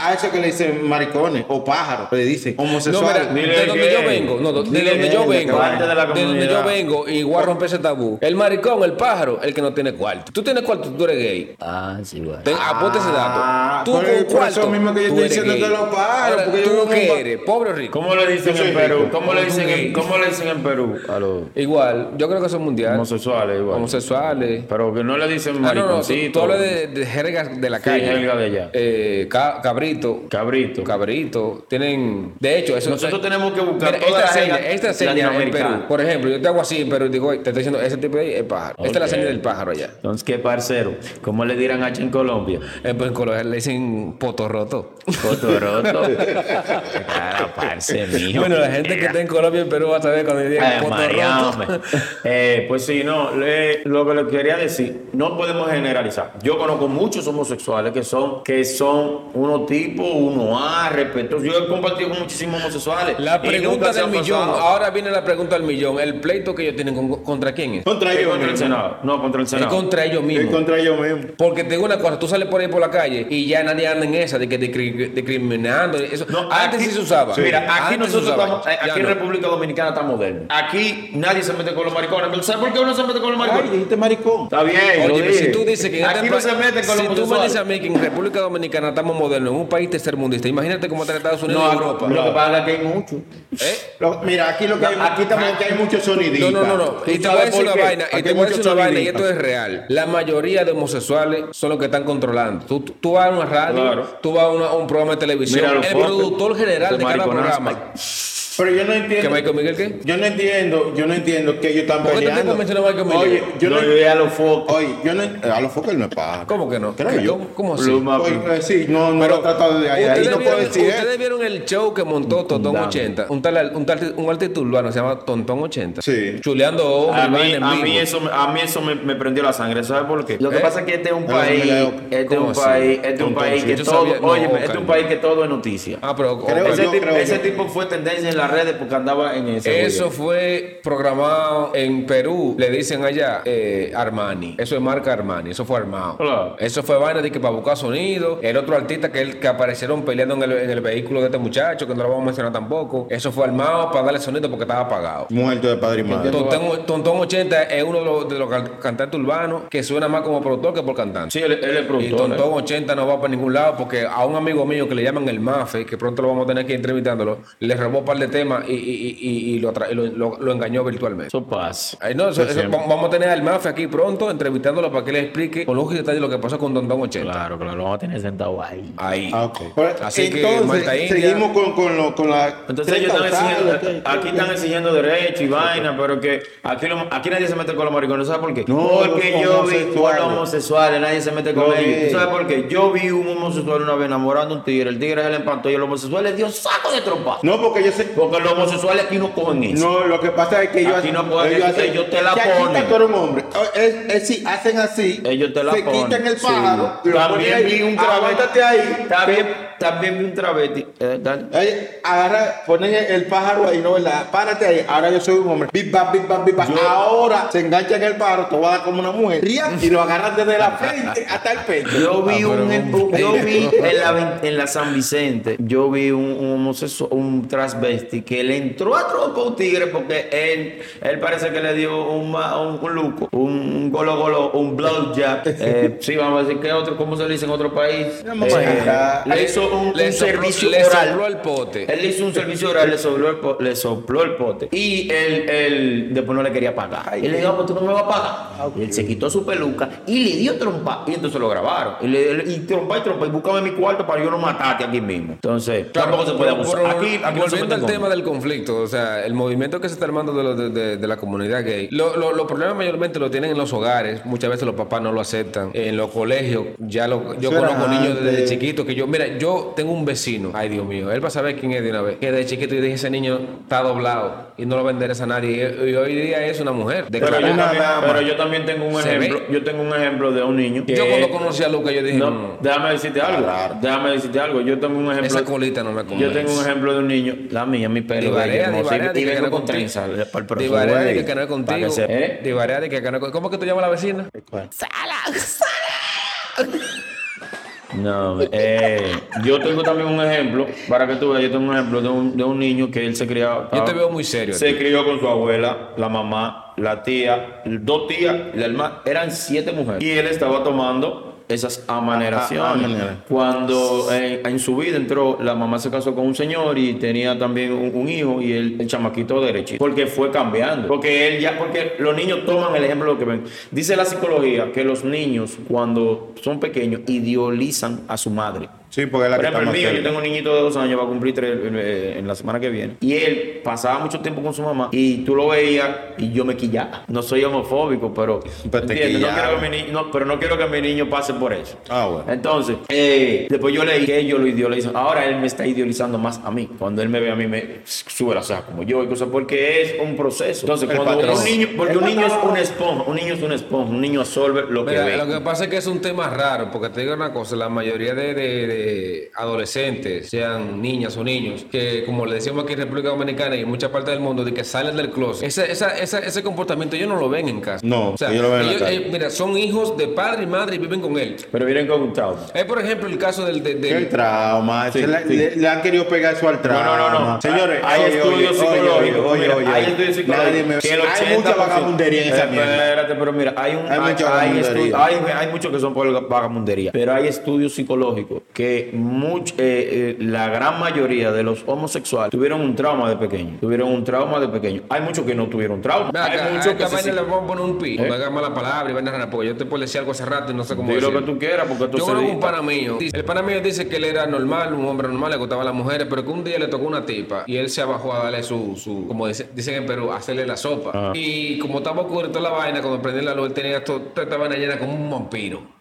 Speaker 2: a eso que le dicen maricones o pájaros, le dicen
Speaker 3: No,
Speaker 2: homosexuales.
Speaker 3: mira,
Speaker 1: Dile
Speaker 3: de donde
Speaker 1: que-
Speaker 3: yo vengo, no, de
Speaker 2: dile
Speaker 3: donde
Speaker 2: que
Speaker 3: yo
Speaker 2: es
Speaker 3: vengo,
Speaker 1: parte de la
Speaker 3: de donde yo
Speaker 1: comunidad.
Speaker 3: vengo, y voy a romper ese tabú. El maricón, el pájaro, el que no tiene cuarto. Tú tienes cuarto, tú eres gay.
Speaker 1: Ah, sí, bueno.
Speaker 3: Ten, apunta ese
Speaker 2: Ah,
Speaker 3: dato. Tú
Speaker 2: por-
Speaker 3: con
Speaker 2: por eso
Speaker 3: cuarto.
Speaker 2: mismo que yo
Speaker 3: tú
Speaker 2: estoy
Speaker 3: eres
Speaker 2: diciendo
Speaker 3: gay.
Speaker 2: que lo pájaro,
Speaker 3: Ahora,
Speaker 2: porque yo
Speaker 3: ¿Tú
Speaker 2: vivo en
Speaker 3: qué
Speaker 2: un ba-
Speaker 3: eres? Pobre o rico.
Speaker 1: ¿Cómo le dicen
Speaker 2: Yo soy
Speaker 1: en Perú?
Speaker 2: rico.
Speaker 1: ¿Cómo le
Speaker 3: Como
Speaker 1: dicen
Speaker 3: tú
Speaker 1: en,
Speaker 3: gay.
Speaker 1: cómo le dicen en Perú a los
Speaker 3: Igual, yo creo que son mundiales.
Speaker 1: homosexuales? Igual.
Speaker 3: Homosexuales.
Speaker 1: Pero que no le dicen
Speaker 3: Ah, no, no, tú,
Speaker 1: mariconcito.
Speaker 3: tú hablas de, de jergas de la
Speaker 1: Sí,
Speaker 3: calle.
Speaker 1: jerga de allá.
Speaker 3: Eh, ca- cabrito.
Speaker 1: Cabrito.
Speaker 3: Cabrito. Tienen. De hecho, eso.
Speaker 1: Nosotros tenemos que buscar
Speaker 3: Mira,
Speaker 1: todas
Speaker 3: esta
Speaker 1: las
Speaker 3: seña,
Speaker 1: jergas
Speaker 3: esta seña en
Speaker 1: latinoamericanas.
Speaker 3: Perú. Por ejemplo, yo te hago así en Perú y digo, güey, te estoy diciendo, ese tipo de ahí es pájaro. Esta es la
Speaker 1: Ok.
Speaker 3: señal del pájaro allá.
Speaker 1: Entonces, ¿qué parcero? ¿Cómo le dirán H en Colombia?
Speaker 3: Eh, pues en Colombia le dicen potorroto.
Speaker 1: Cotoroto. Cara, parce, mijo.
Speaker 3: Bueno, la gente que está en Colombia y en Perú va a saber Eh, cuando le digan
Speaker 1: Ay, María,
Speaker 3: potorroto.
Speaker 1: hombre. Eh, pues sí, no, le- lo que le quería decir, no podemos generalizar. Yo conozco muchos homosexuales que son, que son uno tipo, uno A, respeto. Yo he compartido con muchísimos homosexuales.
Speaker 3: La
Speaker 1: y nunca
Speaker 3: pregunta
Speaker 1: se
Speaker 3: del
Speaker 1: han
Speaker 3: millón. ah,
Speaker 1: pasado.
Speaker 3: Ahora viene la pregunta del millón. ¿El pleito que ellos tienen con- contra quién es?
Speaker 2: Contra
Speaker 1: Es
Speaker 2: ellos
Speaker 1: contra el
Speaker 2: mismos.
Speaker 1: Senado. No, contra el
Speaker 3: Es
Speaker 1: Senado.
Speaker 3: contra ellos
Speaker 2: Es
Speaker 3: mismos.
Speaker 2: contra ellos mismos.
Speaker 3: Porque te digo una cosa, tú sales por ahí por la calle y ya nadie anda en esa de que discri- discriminando. Eso.
Speaker 1: No,
Speaker 3: Antes
Speaker 1: aquí-
Speaker 3: sí se usaba.
Speaker 1: Sí. Mira, aquí
Speaker 3: Antes se
Speaker 1: nosotros
Speaker 3: usaba.
Speaker 1: estamos, eh,
Speaker 3: Ya
Speaker 1: aquí en
Speaker 3: no.
Speaker 1: República Dominicana está moderno. Aquí nadie se mete con los maricones. ¿Pero ¿Sabes por qué uno se mete con los
Speaker 2: Ay,
Speaker 1: maricones?
Speaker 2: dijiste maricón.
Speaker 1: Está bien, lo
Speaker 3: Oye, pero
Speaker 1: dije.
Speaker 3: si tú dices que en
Speaker 1: aquí
Speaker 3: este
Speaker 1: no
Speaker 3: pa-
Speaker 1: se meten con los
Speaker 3: si tú me dices
Speaker 1: homosexuales.
Speaker 3: a mí que en República Dominicana estamos modernos, en un país tercermundista, imagínate cómo está en Estados Unidos
Speaker 1: No,
Speaker 3: y Europa.
Speaker 1: lo que pasa es que hay muchos.
Speaker 3: ¿Eh?
Speaker 2: Lo- mira, aquí lo que hay, aquí también que hay muchos
Speaker 3: No,
Speaker 2: soniditos.
Speaker 3: no, no, no. Y te voy a decir una vaina, y te voy a decir una vaina, y esto es real. La mayoría de homosexuales son los que están controlando. Tú, tú- tú vas a una radio,
Speaker 1: Claro.
Speaker 3: tú vas a, una- a un programa de televisión,
Speaker 1: Mira los
Speaker 3: el
Speaker 1: postes,
Speaker 3: productor general
Speaker 1: los
Speaker 3: de cada
Speaker 1: mariconazos.
Speaker 3: programa.
Speaker 2: Pero yo no
Speaker 3: ¿Que Michael
Speaker 2: entiendo.
Speaker 3: Miguel qué?
Speaker 2: Yo no entiendo, yo no entiendo que ellos están
Speaker 3: ¿Por qué tú
Speaker 2: peleando.
Speaker 3: te mencionas a Michael Miller?
Speaker 2: Oye, yo no,
Speaker 1: no llegué a los focos.
Speaker 2: oye, yo no a los focos él no es pájaro.
Speaker 3: ¿Cómo que no?
Speaker 2: Creo yo.
Speaker 3: ¿Cómo, cómo así?
Speaker 1: Pluma,
Speaker 2: Oye, eh, sí, no, no
Speaker 3: Pero,
Speaker 2: lo he tratado de ahí. Ahí
Speaker 3: ¿ustedes,
Speaker 2: no puedo
Speaker 3: vieron,
Speaker 2: decir
Speaker 3: ustedes
Speaker 2: eso.
Speaker 3: vieron el show que montó Tontón
Speaker 1: Dame.
Speaker 3: 80? Un, tal, un, tal- un artista urbano se llama Tontón 80.
Speaker 2: Sí.
Speaker 3: Chuleando
Speaker 1: A
Speaker 3: hombres,
Speaker 1: mí,
Speaker 3: vaina, en
Speaker 1: Ah, a
Speaker 3: vivo.
Speaker 1: mí eso, me- a mí eso me, me prendió la sangre, ¿sabes por qué? Lo que
Speaker 3: ¿Eh?
Speaker 1: pasa es que este es un
Speaker 2: Pero
Speaker 1: país,
Speaker 2: me la-
Speaker 1: este es
Speaker 3: ¿cómo
Speaker 1: un
Speaker 3: así?
Speaker 1: país, este es un
Speaker 2: Entonces,
Speaker 1: país que
Speaker 3: yo
Speaker 1: todo,
Speaker 3: sabía- no,
Speaker 1: óyeme, este es un
Speaker 3: calma.
Speaker 1: país que todo es noticia.
Speaker 3: Ah, pero
Speaker 2: Creo-
Speaker 3: ok.
Speaker 1: ese,
Speaker 2: yo
Speaker 1: tipo,
Speaker 2: creo
Speaker 1: ese
Speaker 2: yo.
Speaker 1: tipo fue tendencia en las redes porque andaba en ese.
Speaker 3: Eso
Speaker 1: güey.
Speaker 3: fue programado en Perú, le dicen allá eh, Armani. Eso es marca Armani, eso fue armado.
Speaker 1: Claro.
Speaker 3: Eso fue vaina de que para buscar sonido. El otro artista que, él- que aparecieron peleando en el, en el vehículo de este muchacho, que no lo vamos a mencionar tampoco. Eso fue armado para darle sonido porque estaba apagado.
Speaker 2: Muerto de padre y madre.
Speaker 3: Tontón, Tontón 80 es uno de los, de los can- cantantes urbanos que suena más como productor que por cantante.
Speaker 1: Sí, él, él es
Speaker 3: Y
Speaker 1: productor. ¿eh?
Speaker 3: Tontón 80 no va para ningún lado porque a un amigo mío que le llaman el Mafe, que pronto lo vamos a tener aquí entrevistándolo, le robó un par de temas y, y- y- y lo, tra- y lo- lo- lo engañó virtualmente.
Speaker 1: Eso pasa.
Speaker 3: Ay, no, eso-
Speaker 2: Sí,
Speaker 3: eso-
Speaker 2: sí.
Speaker 3: va- vamos a tener al Mafe aquí pronto entrevistándolo para que le explique con lujo y detalle lo que pasó con Tontón 80.
Speaker 1: Claro, claro, lo vamos a tener sentado ahí.
Speaker 3: Ahí.
Speaker 2: Ah, ok. Pero,
Speaker 3: Así que
Speaker 2: entonces,
Speaker 3: Marta India-
Speaker 2: seguimos con, con, lo- con la.
Speaker 1: Entonces
Speaker 2: tres
Speaker 1: ellos están
Speaker 2: causales,
Speaker 1: exigiendo,
Speaker 2: ok.
Speaker 1: aquí están exigiendo derechos y vaina, pero que aquí, lo- aquí nadie se mete con los maricones, ¿sabes por qué?
Speaker 2: No,
Speaker 1: Porque yo vi
Speaker 2: los
Speaker 1: con los
Speaker 2: homosexuales.
Speaker 1: homosexuales, nadie se mete con
Speaker 2: Lo
Speaker 1: ellos.
Speaker 2: vi.
Speaker 1: ¿Tú ¿Sabes por qué? Yo vi un homosexual una vez enamorando a un tigre, el tigre se le empantó y el homosexual le dio saco de tropa.
Speaker 2: No, porque yo sé.
Speaker 1: Porque los homosexuales aquí no cogen eso.
Speaker 2: No, lo que pasa es que ellos.
Speaker 1: Aquí no pueden- ellos te la
Speaker 2: que aquí
Speaker 1: ponen.
Speaker 2: Tú eres un hombre. O- Es, es, si hacen así.
Speaker 1: Ellos te la
Speaker 2: se
Speaker 1: ponen.
Speaker 2: quitan el
Speaker 1: Sí.
Speaker 2: pájaro. lo ponen
Speaker 1: También
Speaker 2: ahí,
Speaker 1: vi un travesti.
Speaker 2: Aguántate ahí.
Speaker 1: También, también vi un travesti. Eh, dale.
Speaker 2: Oye, agarra, ponen el- el pájaro ahí, no, ¿verdad? Párate ahí, ahora yo soy un hombre. Bip, bap, bip, bap, bip, bap. Ahora se engancha en el pájaro, te va a dar como una mujer. Ría, Y lo agarran desde la frente hasta el pecho.
Speaker 1: Yo vi,
Speaker 3: Ah, pero
Speaker 1: un,
Speaker 3: un-
Speaker 1: yo vi en, la, ven- en la San Vicente, yo vi un, un homosexual, un transvesti que le entró a tropa a un tigre porque él, él parece que le dio un, ma- un, un luco, un golo golo, un blowjob. Eh, sí, vamos a decir que otro, ¿cómo se le dice en otro país?
Speaker 2: No, mamá,
Speaker 1: Eh,
Speaker 2: ya.
Speaker 1: le hizo un,
Speaker 3: Le
Speaker 1: un
Speaker 3: sopló-
Speaker 1: servicio
Speaker 3: le
Speaker 1: oral.
Speaker 3: sopló el pote.
Speaker 1: Él hizo un servicio oral, le sopló el, po- le sopló el pote. Y él, él después no le quería pagar.
Speaker 2: Ay,
Speaker 1: él le dijo, "Ah, pues tú no me vas a pagar.
Speaker 2: Ah, ok.
Speaker 1: Él se quitó su peluca y le dio trompa. Y entonces lo grabaron. Y, le, le- y trompa y trompa. Y búscame mi cuarto para yo no matarte aquí mismo. Entonces, tampoco se puede
Speaker 3: pero-
Speaker 1: abusar.
Speaker 3: pero
Speaker 1: aquí, aquí no se
Speaker 3: volviendo
Speaker 1: meten
Speaker 3: al
Speaker 1: con-
Speaker 3: tema del conflicto, o sea, el movimiento que se está armando de, lo- de- de- de la comunidad gay, lo- lo- los problemas mayormente lo tienen en los hogares, muchas veces los papás no lo aceptan, en los colegios, ya lo, yo
Speaker 2: Eso era
Speaker 3: conozco niños desde
Speaker 2: antes.
Speaker 3: chiquitos que yo, mira, yo tengo un vecino, ay Dios mío, él va a saber quién es de una vez, que desde chiquito yo dije, ese niño está doblado y no lo venderás a nadie, y, y hoy día es una mujer,
Speaker 1: Pero
Speaker 3: declarada.
Speaker 1: yo,
Speaker 2: Una
Speaker 1: también,
Speaker 2: dama.
Speaker 1: pero yo también tengo un
Speaker 3: Se ve.
Speaker 1: ejemplo. Yo tengo un ejemplo de un niño.
Speaker 3: Yo,
Speaker 1: Que,
Speaker 3: cuando conocí a Luca, yo dije,
Speaker 1: No,
Speaker 3: "Mm,
Speaker 1: déjame decirte algo. Déjame decirte algo. Yo tengo un ejemplo.
Speaker 3: esa colita no me convence.
Speaker 1: Yo tengo un ejemplo de un niño, la mía, mi pelo.
Speaker 3: Divarea,
Speaker 1: bello, hermoso,
Speaker 3: divarea,
Speaker 1: y,
Speaker 3: di
Speaker 1: y
Speaker 3: que
Speaker 1: vengo
Speaker 3: no
Speaker 1: con
Speaker 3: contigo.
Speaker 1: trenza para el profe,
Speaker 3: Divarea de
Speaker 1: güey,
Speaker 3: que
Speaker 1: para
Speaker 3: canal contigo.
Speaker 1: que se- ¿Eh?
Speaker 3: Divarea de que canal contigo. ¿Cómo que tú llamas a la vecina?
Speaker 1: No, eh, yo tengo también un ejemplo, para que tú veas, yo tengo un ejemplo de un, de un niño que él se criaba.
Speaker 3: Yo te veo muy serio.
Speaker 1: Se crió con su abuela, la mamá, la tía, dos tías, la hermana, eran siete mujeres. Y él estaba tomando esas
Speaker 2: A- a-
Speaker 1: amaneraciones.
Speaker 2: amanera.
Speaker 1: Cuando en, en su vida entró, la mamá se casó con un señor y tenía también un, un hijo y él, el chamaquito derechito. Porque fue cambiando. Porque él ya, porque los niños toman el ejemplo de lo que ven. Dice la psicología que los niños cuando son pequeños idealizan a su madre.
Speaker 2: Sí, porque es la
Speaker 1: Por
Speaker 2: que está
Speaker 1: ejemplo,
Speaker 2: más
Speaker 1: el mío, yo
Speaker 2: cerca.
Speaker 1: tengo un niñito de dos años, va a cumplir tres eh, en la semana que viene. Y él pasaba mucho tiempo con su mamá y tú lo veías y yo me quillaba. No soy homofóbico, pero.
Speaker 2: Pero te
Speaker 1: ¿entiendes? no
Speaker 2: quillaba.
Speaker 1: quiero que mi ni- no, pero no quiero que mi niño pase por eso.
Speaker 2: Ah, bueno.
Speaker 1: Entonces, eh, después yo leí que yo lo idealizo. Ahora él me está idealizando más a mí. Cuando él me ve a mí, me sube la ceja como yo y cosas, porque es un proceso. Entonces,
Speaker 2: El
Speaker 1: cuando
Speaker 2: patrón.
Speaker 1: un niño, porque
Speaker 2: El
Speaker 1: un niño es
Speaker 2: patrón.
Speaker 1: una esponja, un niño es una esponja, un niño absorbe lo que
Speaker 3: Mira,
Speaker 1: ve.
Speaker 3: lo que pasa es que es un tema raro, porque te digo una cosa, la mayoría de, de- de adolescentes, sean niñas o niños, que como le decimos aquí en República Dominicana y en muchas partes del mundo, de que salen del closet, ese, esa- esa- ese comportamiento ellos no lo ven en casa.
Speaker 2: No, ellos lo ven en la calle.
Speaker 3: ellos- eh, Mira, son hijos de padre y madre y viven con él.
Speaker 1: Pero vienen con un trauma.
Speaker 3: Es por ejemplo el caso del... de- del-
Speaker 2: El trauma.
Speaker 1: Sí,
Speaker 2: se la-
Speaker 1: sí.
Speaker 2: Le, le han querido pegar eso al trauma.
Speaker 1: No, no, no, no.
Speaker 2: Señores,
Speaker 1: hay
Speaker 2: oye,
Speaker 1: estudios
Speaker 2: oye, oye,
Speaker 1: psicológicos.
Speaker 2: oye,
Speaker 1: mira,
Speaker 2: oye,
Speaker 1: hay
Speaker 2: oye.
Speaker 1: estudios
Speaker 2: Nadie me-
Speaker 1: psicológicos. que el 80%
Speaker 2: Hay mucha vagabundería
Speaker 1: Eh,
Speaker 2: en esa
Speaker 1: pues,
Speaker 2: mierda.
Speaker 1: Espérate, pero mira, hay un
Speaker 2: Hay
Speaker 1: hay,
Speaker 2: mucha
Speaker 1: hay
Speaker 2: vagabundería.
Speaker 1: estu- hay- hay muchos que son por vagabundería, pero hay estudios psicológicos que much- eh, eh, la gran mayoría de los homosexuales tuvieron un trauma de pequeño, tuvieron un trauma de pequeño. Hay muchos que no tuvieron trauma.
Speaker 3: Ven acá,
Speaker 1: hay
Speaker 3: a
Speaker 1: muchos que
Speaker 3: esta
Speaker 1: sí-
Speaker 3: vaina le vamos a poner un pi.
Speaker 1: ¿Eh?
Speaker 3: No hagas mala palabra y vaina rara, porque yo te puedo decir algo hace rato y no sé cómo
Speaker 1: Di lo
Speaker 3: decirlo.
Speaker 1: que tú quieras porque tú
Speaker 3: Yo creo que un
Speaker 1: se
Speaker 3: pana mío, dice- el pana mío dice que él era normal, un hombre normal, le gustaban las mujeres, pero que un día le tocó una tipa y él se abajó a darle su, su como dice- dicen en Perú, hacerle la sopa.
Speaker 1: Ajá.
Speaker 3: Y como estaba oscuro y toda la vaina, cuando prendí la luz, él tenía to- toda esta vaina llena como un vampiro.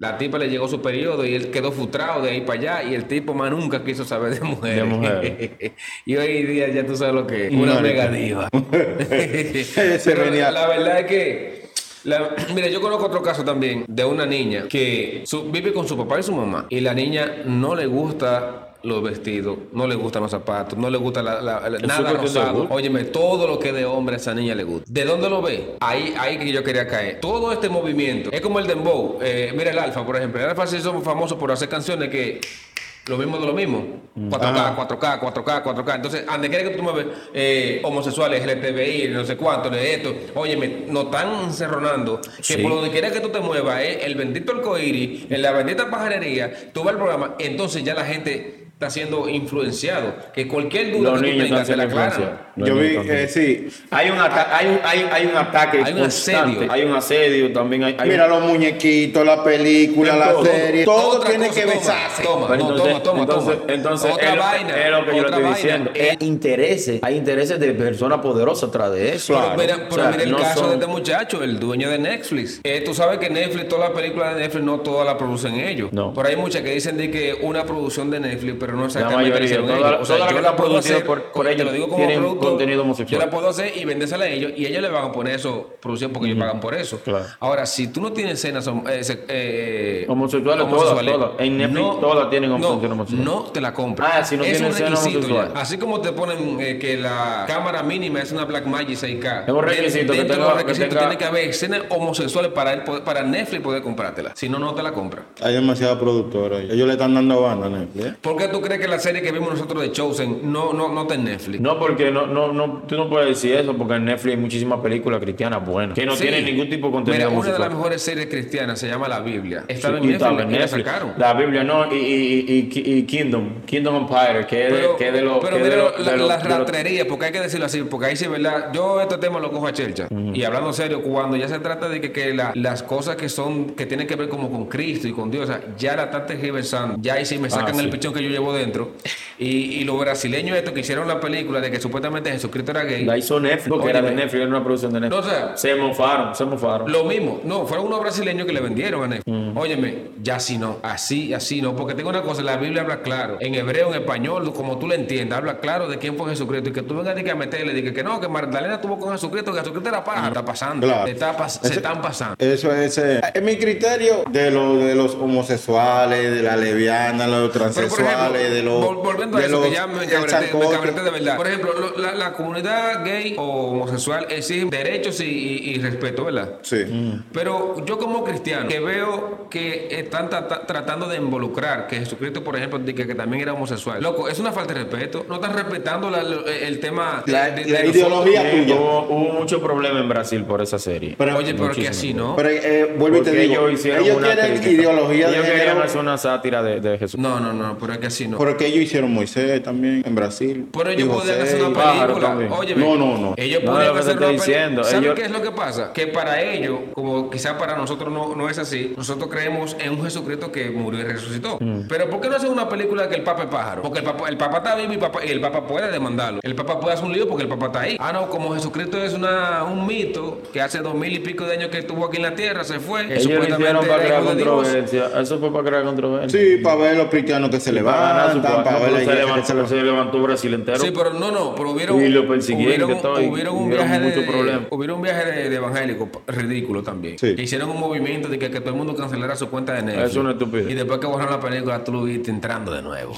Speaker 3: La tipa le llegó su periodo y él quedó frustrado de ahí para allá y el tipo más nunca quiso saber de mujeres.
Speaker 1: De mujeres.
Speaker 3: y hoy día ya tú sabes lo que es, una
Speaker 2: Marica.
Speaker 3: mega diva.
Speaker 2: Ese
Speaker 3: Pero
Speaker 2: venía-
Speaker 3: La verdad es que. la- mira, yo conozco otro caso también de una niña que su- vive con su papá y su mamá. Y la niña no le gusta los vestidos, no le gustan los zapatos, no le gusta la, la- la- nada
Speaker 1: que te
Speaker 3: rosado.
Speaker 1: gusta.
Speaker 3: Óyeme, todo lo que de hombre a esa niña le gusta. ¿De dónde lo ve? Ahí, ahí que yo quería caer. Todo este movimiento es como el dembow. Eh, mira el Alfa, por ejemplo. El Alfa se hizo famoso por hacer canciones que lo mismo de lo mismo. 4K, 4K, 4K, 4K. Entonces, ande quiere que tú me ves eh, homosexuales, LTBI, no sé cuánto, de esto. Óyeme, nos están encerronando. Que
Speaker 1: Sí.
Speaker 3: por donde quiera que tú te muevas, eh, el bendito arcoíris, en la bendita pajarería, tú vas al programa, entonces ya la gente está siendo influenciado. Que cualquier duda
Speaker 1: Los
Speaker 3: que tú
Speaker 1: niños
Speaker 3: tengas
Speaker 1: están
Speaker 3: te la
Speaker 1: siendo
Speaker 3: aclaran.
Speaker 1: influenciados. Los
Speaker 2: Yo
Speaker 1: niños
Speaker 2: vi,
Speaker 1: están siendo-
Speaker 2: eh, sí.
Speaker 1: Hay un, ata- hay, un, hay, hay un ataque
Speaker 3: Hay un
Speaker 1: constante,
Speaker 3: asedio.
Speaker 1: Hay un asedio también. Hay, hay
Speaker 2: Mira
Speaker 1: un-
Speaker 2: los muñequitos, la película,
Speaker 1: En
Speaker 2: la
Speaker 1: todo.
Speaker 2: serie. Todo
Speaker 3: Otra
Speaker 2: tiene
Speaker 3: cosa,
Speaker 2: que
Speaker 3: toma,
Speaker 2: besarse.
Speaker 3: toma.
Speaker 1: Pero
Speaker 3: No,
Speaker 1: entonces,
Speaker 3: toma, toma,
Speaker 1: entonces,
Speaker 3: toma.
Speaker 1: entonces
Speaker 3: Otra
Speaker 1: es, lo-
Speaker 3: vaina,
Speaker 1: es lo que yo le
Speaker 3: otra
Speaker 1: estoy
Speaker 3: vaina. Eh,
Speaker 1: diciendo. Hay intereses, hay intereses de personas poderosas atrás de eso.
Speaker 2: Claro.
Speaker 3: Pero,
Speaker 1: O
Speaker 3: mira, pero
Speaker 1: sea,
Speaker 3: mira el
Speaker 1: no
Speaker 3: caso
Speaker 1: son-
Speaker 3: de este muchacho, el dueño de Netflix. Eh, tú sabes que Netflix, todas las películas de Netflix, no todas las producen ellos.
Speaker 1: No.
Speaker 3: Pero hay muchas que dicen de que una producción de Netflix, pero no
Speaker 1: La
Speaker 3: exactamente
Speaker 1: mayoría,
Speaker 3: hicieron
Speaker 1: todas
Speaker 3: ellos.
Speaker 1: las- todas las
Speaker 3: yo
Speaker 1: que
Speaker 3: la
Speaker 1: están
Speaker 3: puedo
Speaker 1: producidas
Speaker 3: hacer,
Speaker 1: por- por
Speaker 3: te
Speaker 1: ellos
Speaker 3: lo digo como
Speaker 1: tienen
Speaker 3: productor,
Speaker 1: contenido homosexual.
Speaker 3: Yo la puedo hacer y vendérsela a ellos y ellos le van a poner eso, producción, porque ellos pagan por eso.
Speaker 1: Claro.
Speaker 3: Ahora, si tú no tienes escenas hom- eh, se- eh,
Speaker 1: Homosexuales, todas, todas. En Netflix todas tienen opción homosexual.
Speaker 3: No te la compras.
Speaker 1: Ah, si no
Speaker 3: es
Speaker 1: tiene
Speaker 3: un
Speaker 1: escena
Speaker 3: requisito ya.
Speaker 1: homosexual.
Speaker 3: Así como te ponen eh, que la cámara mínima es una Blackmagic 6K.
Speaker 1: Es un requisito que
Speaker 3: Dentro de
Speaker 1: tenga-
Speaker 3: los
Speaker 1: que
Speaker 3: requisitos
Speaker 1: tenga-
Speaker 3: tiene que haber escenas homosexuales para, él poder- para Netflix poder comprártela. Si no, no te la compra.
Speaker 2: Hay demasiada productora. Ellos le están dando banda, Netflix. ¿eh?
Speaker 3: ¿Por qué tú crees que la serie que vimos nosotros de Chosen no, no, no está en Netflix?
Speaker 1: No, porque no, no, no, tú no puedes decir eso, porque en Netflix hay muchísimas películas cristianas buenas que no
Speaker 3: Sí.
Speaker 1: tienen ningún tipo de contenido
Speaker 3: Mira, una de las
Speaker 1: homosexual.
Speaker 3: mejores series cristianas se llama La Biblia.
Speaker 1: Sí,
Speaker 3: Estaba en
Speaker 1: y
Speaker 3: Netflix,
Speaker 1: estaba en
Speaker 3: y la
Speaker 1: Netflix.
Speaker 3: sacaron.
Speaker 1: La Biblia, no, y, y, y- y- y Kingdom, Kingdom Empire, que es de,
Speaker 3: Pero,
Speaker 1: que es de los.
Speaker 3: pero
Speaker 1: que es de
Speaker 3: mira
Speaker 1: los-
Speaker 3: la-
Speaker 1: de los-
Speaker 3: las
Speaker 1: de los-
Speaker 3: rastrerías, porque hay que decirlo así, porque ahí sí es verdad. Yo este tema lo cojo a chelcha. Y hablando serio, cuando ya se trata de que, que la- las cosas que son, que tienen que ver como con Cristo y con Dios, o sea, ya la están tergiversando. Ya ahí sí me sacan
Speaker 1: Ah, sí.
Speaker 3: el pichón que yo llevo dentro. Y, y los brasileños estos que hicieron la película de que supuestamente Jesucristo era gay.
Speaker 1: La hizo Netflix, porque era de
Speaker 3: Óyeme.
Speaker 1: Netflix, era una producción de Netflix.
Speaker 3: No, o sea-
Speaker 1: se mofaron, se mofaron.
Speaker 3: Lo mismo, no, fueron unos brasileños que le vendieron a Netflix. Óyeme, ya si no, así, así no, porque tengo una cosa, la Biblia habla claro, en hebreo, en español, como tú le entiendas, habla claro de quién fue Jesucristo y que tú vengas de que a meterle, de que, que no, que Magdalena estuvo con Jesucristo, que Jesucristo era paja, está pasando,
Speaker 2: Claro.
Speaker 3: te está pas- se
Speaker 2: Ese-
Speaker 3: están pasando.
Speaker 2: Eso es, eh, es mi criterio de, lo, de los homosexuales, de la lesbiana, de los
Speaker 3: Pero, por ejemplo,
Speaker 2: transexuales, de los.
Speaker 3: vol- volviendo a
Speaker 2: de
Speaker 3: eso,
Speaker 2: los
Speaker 3: que ya me
Speaker 2: charcotes.
Speaker 3: encabreté, me encabreté de verdad. Por ejemplo, lo- la, la comunidad gay o homosexual exige derechos y, y- y respeto, ¿verdad?
Speaker 2: Sí.
Speaker 1: Mm.
Speaker 3: Pero yo como cristiano, que veo que están trata- tratando de involucrar, que Jesucristo, por ejemplo, dice que también era homosexual. Loco, es una falta de respeto. No están respetando la- lo- el tema de-
Speaker 2: La-
Speaker 3: de- de
Speaker 2: la
Speaker 3: nosotros.
Speaker 2: ideología
Speaker 1: Eh,
Speaker 2: tuya.
Speaker 1: hubo, hubo mucho problema en Brasil por esa serie.
Speaker 2: Pero-
Speaker 3: Oye, pero que así no.
Speaker 2: Pero eh, vuelvo y te
Speaker 1: Porque
Speaker 2: digo,
Speaker 1: ellos hicieron
Speaker 2: ellos
Speaker 1: una
Speaker 2: quieren
Speaker 1: crítica.
Speaker 2: ideología de
Speaker 1: Ellos querían
Speaker 2: género.
Speaker 1: hacer una sátira de, de Jesús.
Speaker 3: No, no, no, pero es que así sino.
Speaker 2: Porque ellos hicieron Moisés también en Brasil.
Speaker 3: Pero
Speaker 2: Y
Speaker 3: ellos podían
Speaker 2: José,
Speaker 3: hacer una
Speaker 2: y-
Speaker 1: Pájaro también.
Speaker 3: película. Óyeme,
Speaker 2: No, no, no.
Speaker 3: Ellos
Speaker 1: No,
Speaker 3: podían
Speaker 1: lo que te
Speaker 3: hacer una
Speaker 1: estoy diciendo,
Speaker 3: película. ¿Sabes
Speaker 1: ellos-
Speaker 3: qué es lo que pasa? Que para ellos, como quizás para nosotros no, no es así, nosotros creemos en un Jesucristo que murió y resucitó.
Speaker 1: Mm.
Speaker 3: Pero ¿por qué no hacer una película que el Papa es pájaro? Porque el Papa, el Papa está vivo y, Papa- y el Papa puede demandarlo. El Papa puede hacer un lío porque el Papa está ahí. Ah, no, como Jesucristo es una, un mito que hace dos mil y pico de años que estuvo aquí en la tierra, se fue. que
Speaker 1: Ellos lo hicieron
Speaker 3: supuestamente
Speaker 1: para
Speaker 3: era
Speaker 1: crear
Speaker 3: hijo de Dios.
Speaker 1: controversia. Eso fue para crear controversia.
Speaker 2: Sí, ah, para ver los cristianos que se
Speaker 1: Para ganar su
Speaker 2: levantan,
Speaker 1: pa-
Speaker 2: para
Speaker 1: no,
Speaker 2: ver
Speaker 1: pero
Speaker 2: la
Speaker 1: se
Speaker 2: iglesia que
Speaker 1: levantó-
Speaker 2: se levanta.
Speaker 1: se levantó Brasil entero.
Speaker 3: Sí, pero no, no, pero hubieron,
Speaker 1: Y lo persiguieron,
Speaker 3: hubieron,
Speaker 1: que todo, y
Speaker 3: hubieron un
Speaker 1: hubieron
Speaker 3: viaje
Speaker 1: muchos
Speaker 3: de,
Speaker 1: problemas.
Speaker 3: hubieron un viaje de, de evangélico p- ridículo también.
Speaker 2: Sí.
Speaker 3: Que hicieron un movimiento de que, que todo el mundo cancelara su cuenta de Netflix.
Speaker 1: Es una estupidez.
Speaker 3: Y después que borraron la película, tú lo viste entrando de nuevo.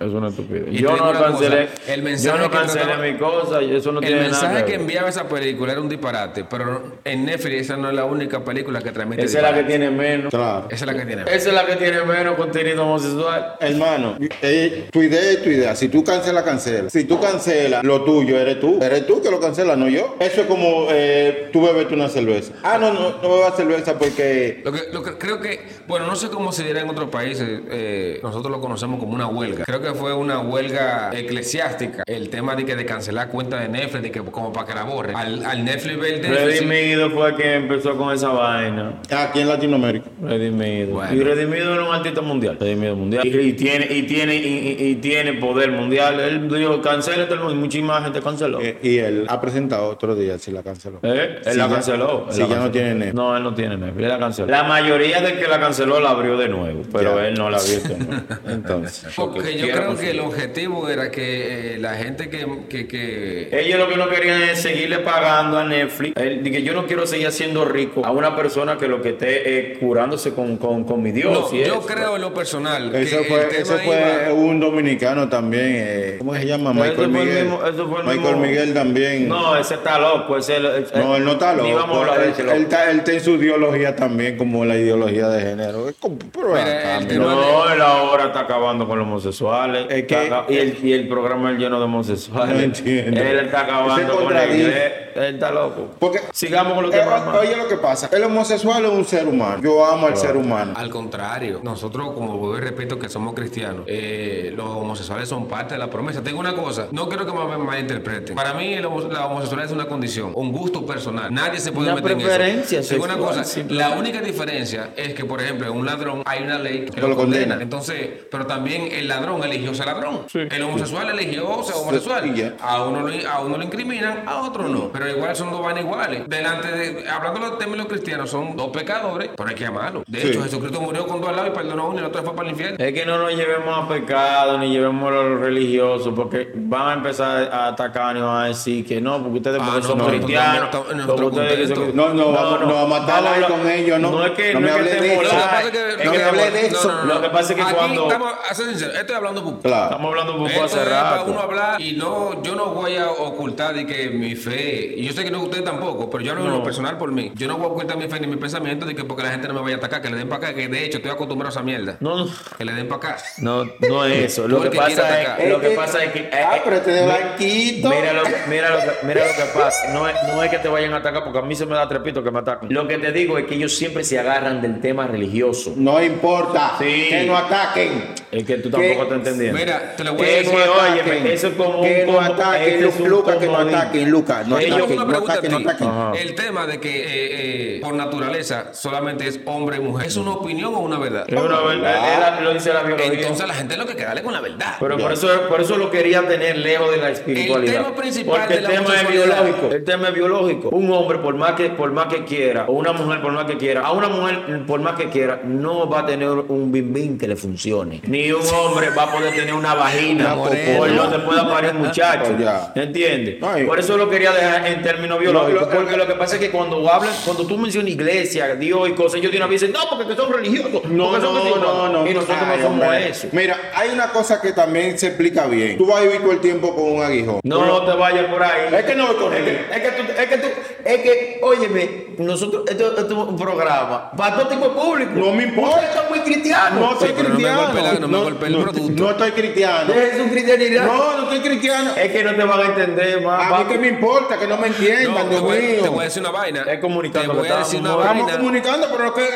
Speaker 1: Es una estupidez.
Speaker 3: Y
Speaker 1: Yo
Speaker 3: te digo
Speaker 1: no
Speaker 3: una
Speaker 1: cancelé.
Speaker 3: cosa, el
Speaker 1: yo
Speaker 3: mensaje
Speaker 1: no
Speaker 3: que
Speaker 1: cancelé
Speaker 3: trataba-
Speaker 1: mi cosa. y Eso no
Speaker 3: El
Speaker 1: tiene nada
Speaker 3: mensaje que
Speaker 1: ver.
Speaker 3: enviaba esa película era un disparate, pero en Netflix esa no es la única película que transmite
Speaker 1: Esa es la que
Speaker 3: disparate.
Speaker 1: tiene menos.
Speaker 2: Claro.
Speaker 3: Esa es la que tiene.
Speaker 1: Esa es la que tiene menos contenido homosexual.
Speaker 2: Hermano, eh, tu idea es tu idea. Si tú cancelas, cancela. Si tú cancelas, lo tuyo eres tú. Eres tú que lo cancela, no yo. Eso es como eh, tú bebes una cerveza. Ah, no, no, no bebas cerveza porque.
Speaker 3: Lo que, lo que- creo que, bueno, no sé cómo se dirá en otros países, eh, nosotros lo conocemos como una huelga. Creo que fue una huelga eclesiástica, el tema de que de cancelar cuenta de Netflix, de que como para que la borren. Al, al Netflix ver el déficit,
Speaker 1: Redimido fue quien empezó con esa vaina.
Speaker 2: Aquí en Latinoamérica.
Speaker 1: Redimido.
Speaker 3: Bueno.
Speaker 1: Y Redimido era un artista mundial. Redimido mundial. Y, y tiene, y tiene, y, y- y tiene poder mundial. Él dijo, cancela todo el mundo. Y muchísima gente canceló. ¿Eh?
Speaker 2: Eh, y él ha presentado otro día si la canceló.
Speaker 1: Él
Speaker 2: Si
Speaker 1: la
Speaker 2: ya-
Speaker 1: canceló. Él
Speaker 2: si
Speaker 1: la
Speaker 2: ya no
Speaker 1: canceló.
Speaker 2: tiene Netflix.
Speaker 1: No, él no tiene Netflix. Él la canceló. La mayoría de que la canceló la abrió de nuevo. Pero
Speaker 2: Ya.
Speaker 1: él no la abrió de nuevo. Entonces. lo que
Speaker 3: porque
Speaker 1: quiera
Speaker 3: yo
Speaker 2: pues,
Speaker 3: creo que
Speaker 1: conseguir.
Speaker 3: el objetivo era que eh, la gente que... que, que-
Speaker 1: Ellos lo que no querían es seguirle pagando a Netflix. Él dije, yo no quiero seguir haciendo rico a una persona que lo que esté eh, curándose con, con, con mi Dios.
Speaker 3: No,
Speaker 1: y
Speaker 3: yo
Speaker 1: eso.
Speaker 3: creo en lo personal.
Speaker 2: Eso
Speaker 3: que el
Speaker 2: fue,
Speaker 3: tema
Speaker 2: eso fue
Speaker 3: iba-
Speaker 2: un dominicano también. eh, ¿Cómo se llama?
Speaker 1: Pero
Speaker 2: Michael
Speaker 1: ese fue el
Speaker 2: Miguel.
Speaker 1: mismo- ese fue el
Speaker 2: Michael
Speaker 1: mismo-
Speaker 2: Miguel también.
Speaker 1: No, ese está loco. Ese, ese-
Speaker 2: No, él no está loco.
Speaker 1: Ni vamos a hablar de
Speaker 2: él,
Speaker 1: ese
Speaker 2: él
Speaker 1: loco.
Speaker 2: está, él está en su ideología también, como la ideología de género. Es como- pero
Speaker 3: Mira,
Speaker 2: acá,
Speaker 3: el
Speaker 2: mira.
Speaker 3: tema
Speaker 1: No, él ahora está acabando con los homosexuales.
Speaker 2: Es que-
Speaker 1: Está acab- y, el, y el programa es lleno de homosexuales.
Speaker 2: No entiendo.
Speaker 1: Él está
Speaker 2: Se
Speaker 1: acabando con la
Speaker 2: contradice.
Speaker 1: iglesia. Él está loco.
Speaker 2: Porque
Speaker 1: Sigamos con lo que
Speaker 2: Pues, Eh,
Speaker 1: pasa.
Speaker 2: oye lo que pasa, el homosexual es un ser humano. Yo amo al ser humano.
Speaker 3: Al contrario, nosotros, como vuelvo y repito, que somos cristianos, eh, los homosexuales son parte de la promesa. Tengo una cosa, no quiero que me malinterpreten. Para mí, el homo- la homosexualidad es una condición, un gusto personal. Nadie se puede
Speaker 1: Una
Speaker 3: meter en eso.
Speaker 1: preferencia
Speaker 3: Tengo una
Speaker 1: sexual,
Speaker 3: cosa,
Speaker 1: simplemente.
Speaker 3: la única diferencia es que, por ejemplo, en un ladrón hay una ley que
Speaker 2: lo
Speaker 3: lo,
Speaker 2: condena.
Speaker 3: condena. Entonces, pero también el ladrón eligió ser ladrón. El homosexual eligió ser homosexual.
Speaker 2: Sí, ya.
Speaker 3: A uno, lo, a uno lo incriminan, a otro no. Pero igual son dos van iguales. Delante de, hablando de los términos cristianos, son dos pecadores, pero hay que amarlos. De
Speaker 2: Sí.
Speaker 3: hecho, Jesucristo murió con dos al lado y perdonó a uno y el otro fue para el infierno.
Speaker 1: Es que no nos llevemos a pecado ni llevemos a los religiosos porque van a empezar a atacar y van a decir que no, porque ustedes
Speaker 3: Ah,
Speaker 1: porque
Speaker 3: no,
Speaker 1: son
Speaker 3: pero
Speaker 1: cristianos.
Speaker 3: estamos- estamos-
Speaker 1: porque
Speaker 3: nosotros
Speaker 1: ustedes que son-
Speaker 3: contentos.
Speaker 2: No, no, vamos- nos vamos a matar ahí con ellos, no.
Speaker 1: No es que no,
Speaker 2: No me
Speaker 1: es que
Speaker 2: hable de
Speaker 1: estemos
Speaker 2: eso.
Speaker 1: molestos,
Speaker 2: Ay,
Speaker 3: Lo
Speaker 1: es
Speaker 2: no
Speaker 1: que
Speaker 2: me hable
Speaker 1: estamos-
Speaker 2: de eso.
Speaker 3: no, no, no.
Speaker 1: Lo que pasa es que
Speaker 3: Aquí
Speaker 1: cuando
Speaker 3: Estamos, a ser sincero, estoy hablando por
Speaker 2: Claro.
Speaker 1: estamos hablando un poco
Speaker 3: Esto
Speaker 1: hace
Speaker 3: es para Eh, uno
Speaker 1: rato.
Speaker 3: hablar y no, yo no voy a ocultar de que mi fe, y yo sé que no ustedes tampoco, pero yo hablo en lo personal por mí. Yo no voy a ocultar mi fe ni mi pensamiento de que porque la gente no me vaya a atacar, que le den para acá, que de hecho estoy acostumbrado a esa mierda.
Speaker 1: No, no.
Speaker 3: Que le den para acá.
Speaker 1: No, no es eso. Lo
Speaker 3: Tú el
Speaker 1: que
Speaker 3: que quiere
Speaker 1: pasa
Speaker 3: atacar.
Speaker 1: es, lo que
Speaker 2: Eh, eh,
Speaker 1: pasa es que. eh,
Speaker 2: ah,
Speaker 1: eh,
Speaker 2: pero este de
Speaker 1: no-
Speaker 2: blanquito.
Speaker 1: Mira lo, mira, lo que, mira lo que pasa. No es, no es que te vayan a atacar, porque a mí se me da trepito que me ataquen. Lo que te digo es que ellos siempre se agarran del tema religioso.
Speaker 2: No importa
Speaker 1: Sí.
Speaker 2: que no ataquen.
Speaker 1: El que tú tampoco
Speaker 2: ¿Qué?
Speaker 1: estás entendiendo.
Speaker 3: Mira, te lo voy a
Speaker 1: Que,
Speaker 3: decir.
Speaker 1: que,
Speaker 2: no
Speaker 1: óyeme,
Speaker 2: ataquen.
Speaker 1: eso es como
Speaker 2: Que
Speaker 1: un
Speaker 2: no
Speaker 1: combo-
Speaker 2: ataquen,
Speaker 1: este es un
Speaker 2: Lucas, que no
Speaker 1: comodín.
Speaker 2: ataquen, Lucas, no
Speaker 1: Ellos-
Speaker 3: Yo
Speaker 2: ataquen.
Speaker 3: tengo una pregunta a ti.
Speaker 2: no ataquen.
Speaker 1: Ajá.
Speaker 3: El tema de que eh, eh, por naturaleza solamente es hombre y mujer, ¿es una opinión o una verdad?
Speaker 1: Es una verdad, es la- lo dice la biología.
Speaker 3: Entonces la gente lo que queda es con la verdad.
Speaker 1: pero por eso, por eso lo quería tener lejos de la espiritualidad.
Speaker 3: El tema principal
Speaker 1: Porque
Speaker 3: de
Speaker 1: el
Speaker 3: la
Speaker 1: tema es
Speaker 3: homosexualidad-
Speaker 1: biológico. El tema es biológico. Un hombre, por más, que, por más que quiera, o una mujer, por más que quiera, a una mujer, por más que quiera, no va a tener un bim bim que le funcione. Ni un hombre va a poder tener una vagina
Speaker 2: Una
Speaker 1: o
Speaker 2: morena.
Speaker 1: donde pueda parir un muchacho.
Speaker 2: Pues ya.
Speaker 1: ¿Entiendes?
Speaker 2: Ay.
Speaker 1: Por eso lo quería dejar en términos biológicos.
Speaker 2: Lo- lo-
Speaker 1: porque lo que pasa es que cuando hablan, cuando tú mencionas iglesia, Dios y cosas, ellos de una vez dicen, no, porque que son religiosos.
Speaker 2: No,
Speaker 1: porque son
Speaker 2: no,
Speaker 1: cristianos".
Speaker 2: no, no.
Speaker 1: Y nosotros
Speaker 2: Ay,
Speaker 1: no somos
Speaker 2: hombre.
Speaker 1: eso.
Speaker 2: Mira, hay una cosa que también se explica bien. Tú vas a vivir todo el tiempo con un aguijón.
Speaker 1: No, no te vayas por ahí.
Speaker 2: Es que no, con
Speaker 1: Es que, es que tú, es que tú, es que, óyeme, nosotros, esto, esto es un programa para todo tipo de público.
Speaker 2: No me importa.
Speaker 1: Ustedes son muy cristianos.
Speaker 2: No soy
Speaker 3: pero no me
Speaker 2: cristiano.
Speaker 3: golpee la- no me dando golpe al
Speaker 2: no,
Speaker 3: producto. Eh,
Speaker 2: no estoy cristiano.
Speaker 1: Es un cristianidad.
Speaker 2: No, no estoy cristiano.
Speaker 1: Es que no te van a entender más.
Speaker 2: A mí que me importa, que no me
Speaker 3: No,
Speaker 2: entiendan,
Speaker 3: te,
Speaker 2: Dios
Speaker 3: voy, te voy a
Speaker 2: mío.
Speaker 3: decir una vaina.
Speaker 1: Es comunicando,
Speaker 3: Te voy a
Speaker 1: estamos
Speaker 3: decir una
Speaker 1: muy-
Speaker 2: Estamos
Speaker 3: vaina.
Speaker 2: comunicando, pero que eh,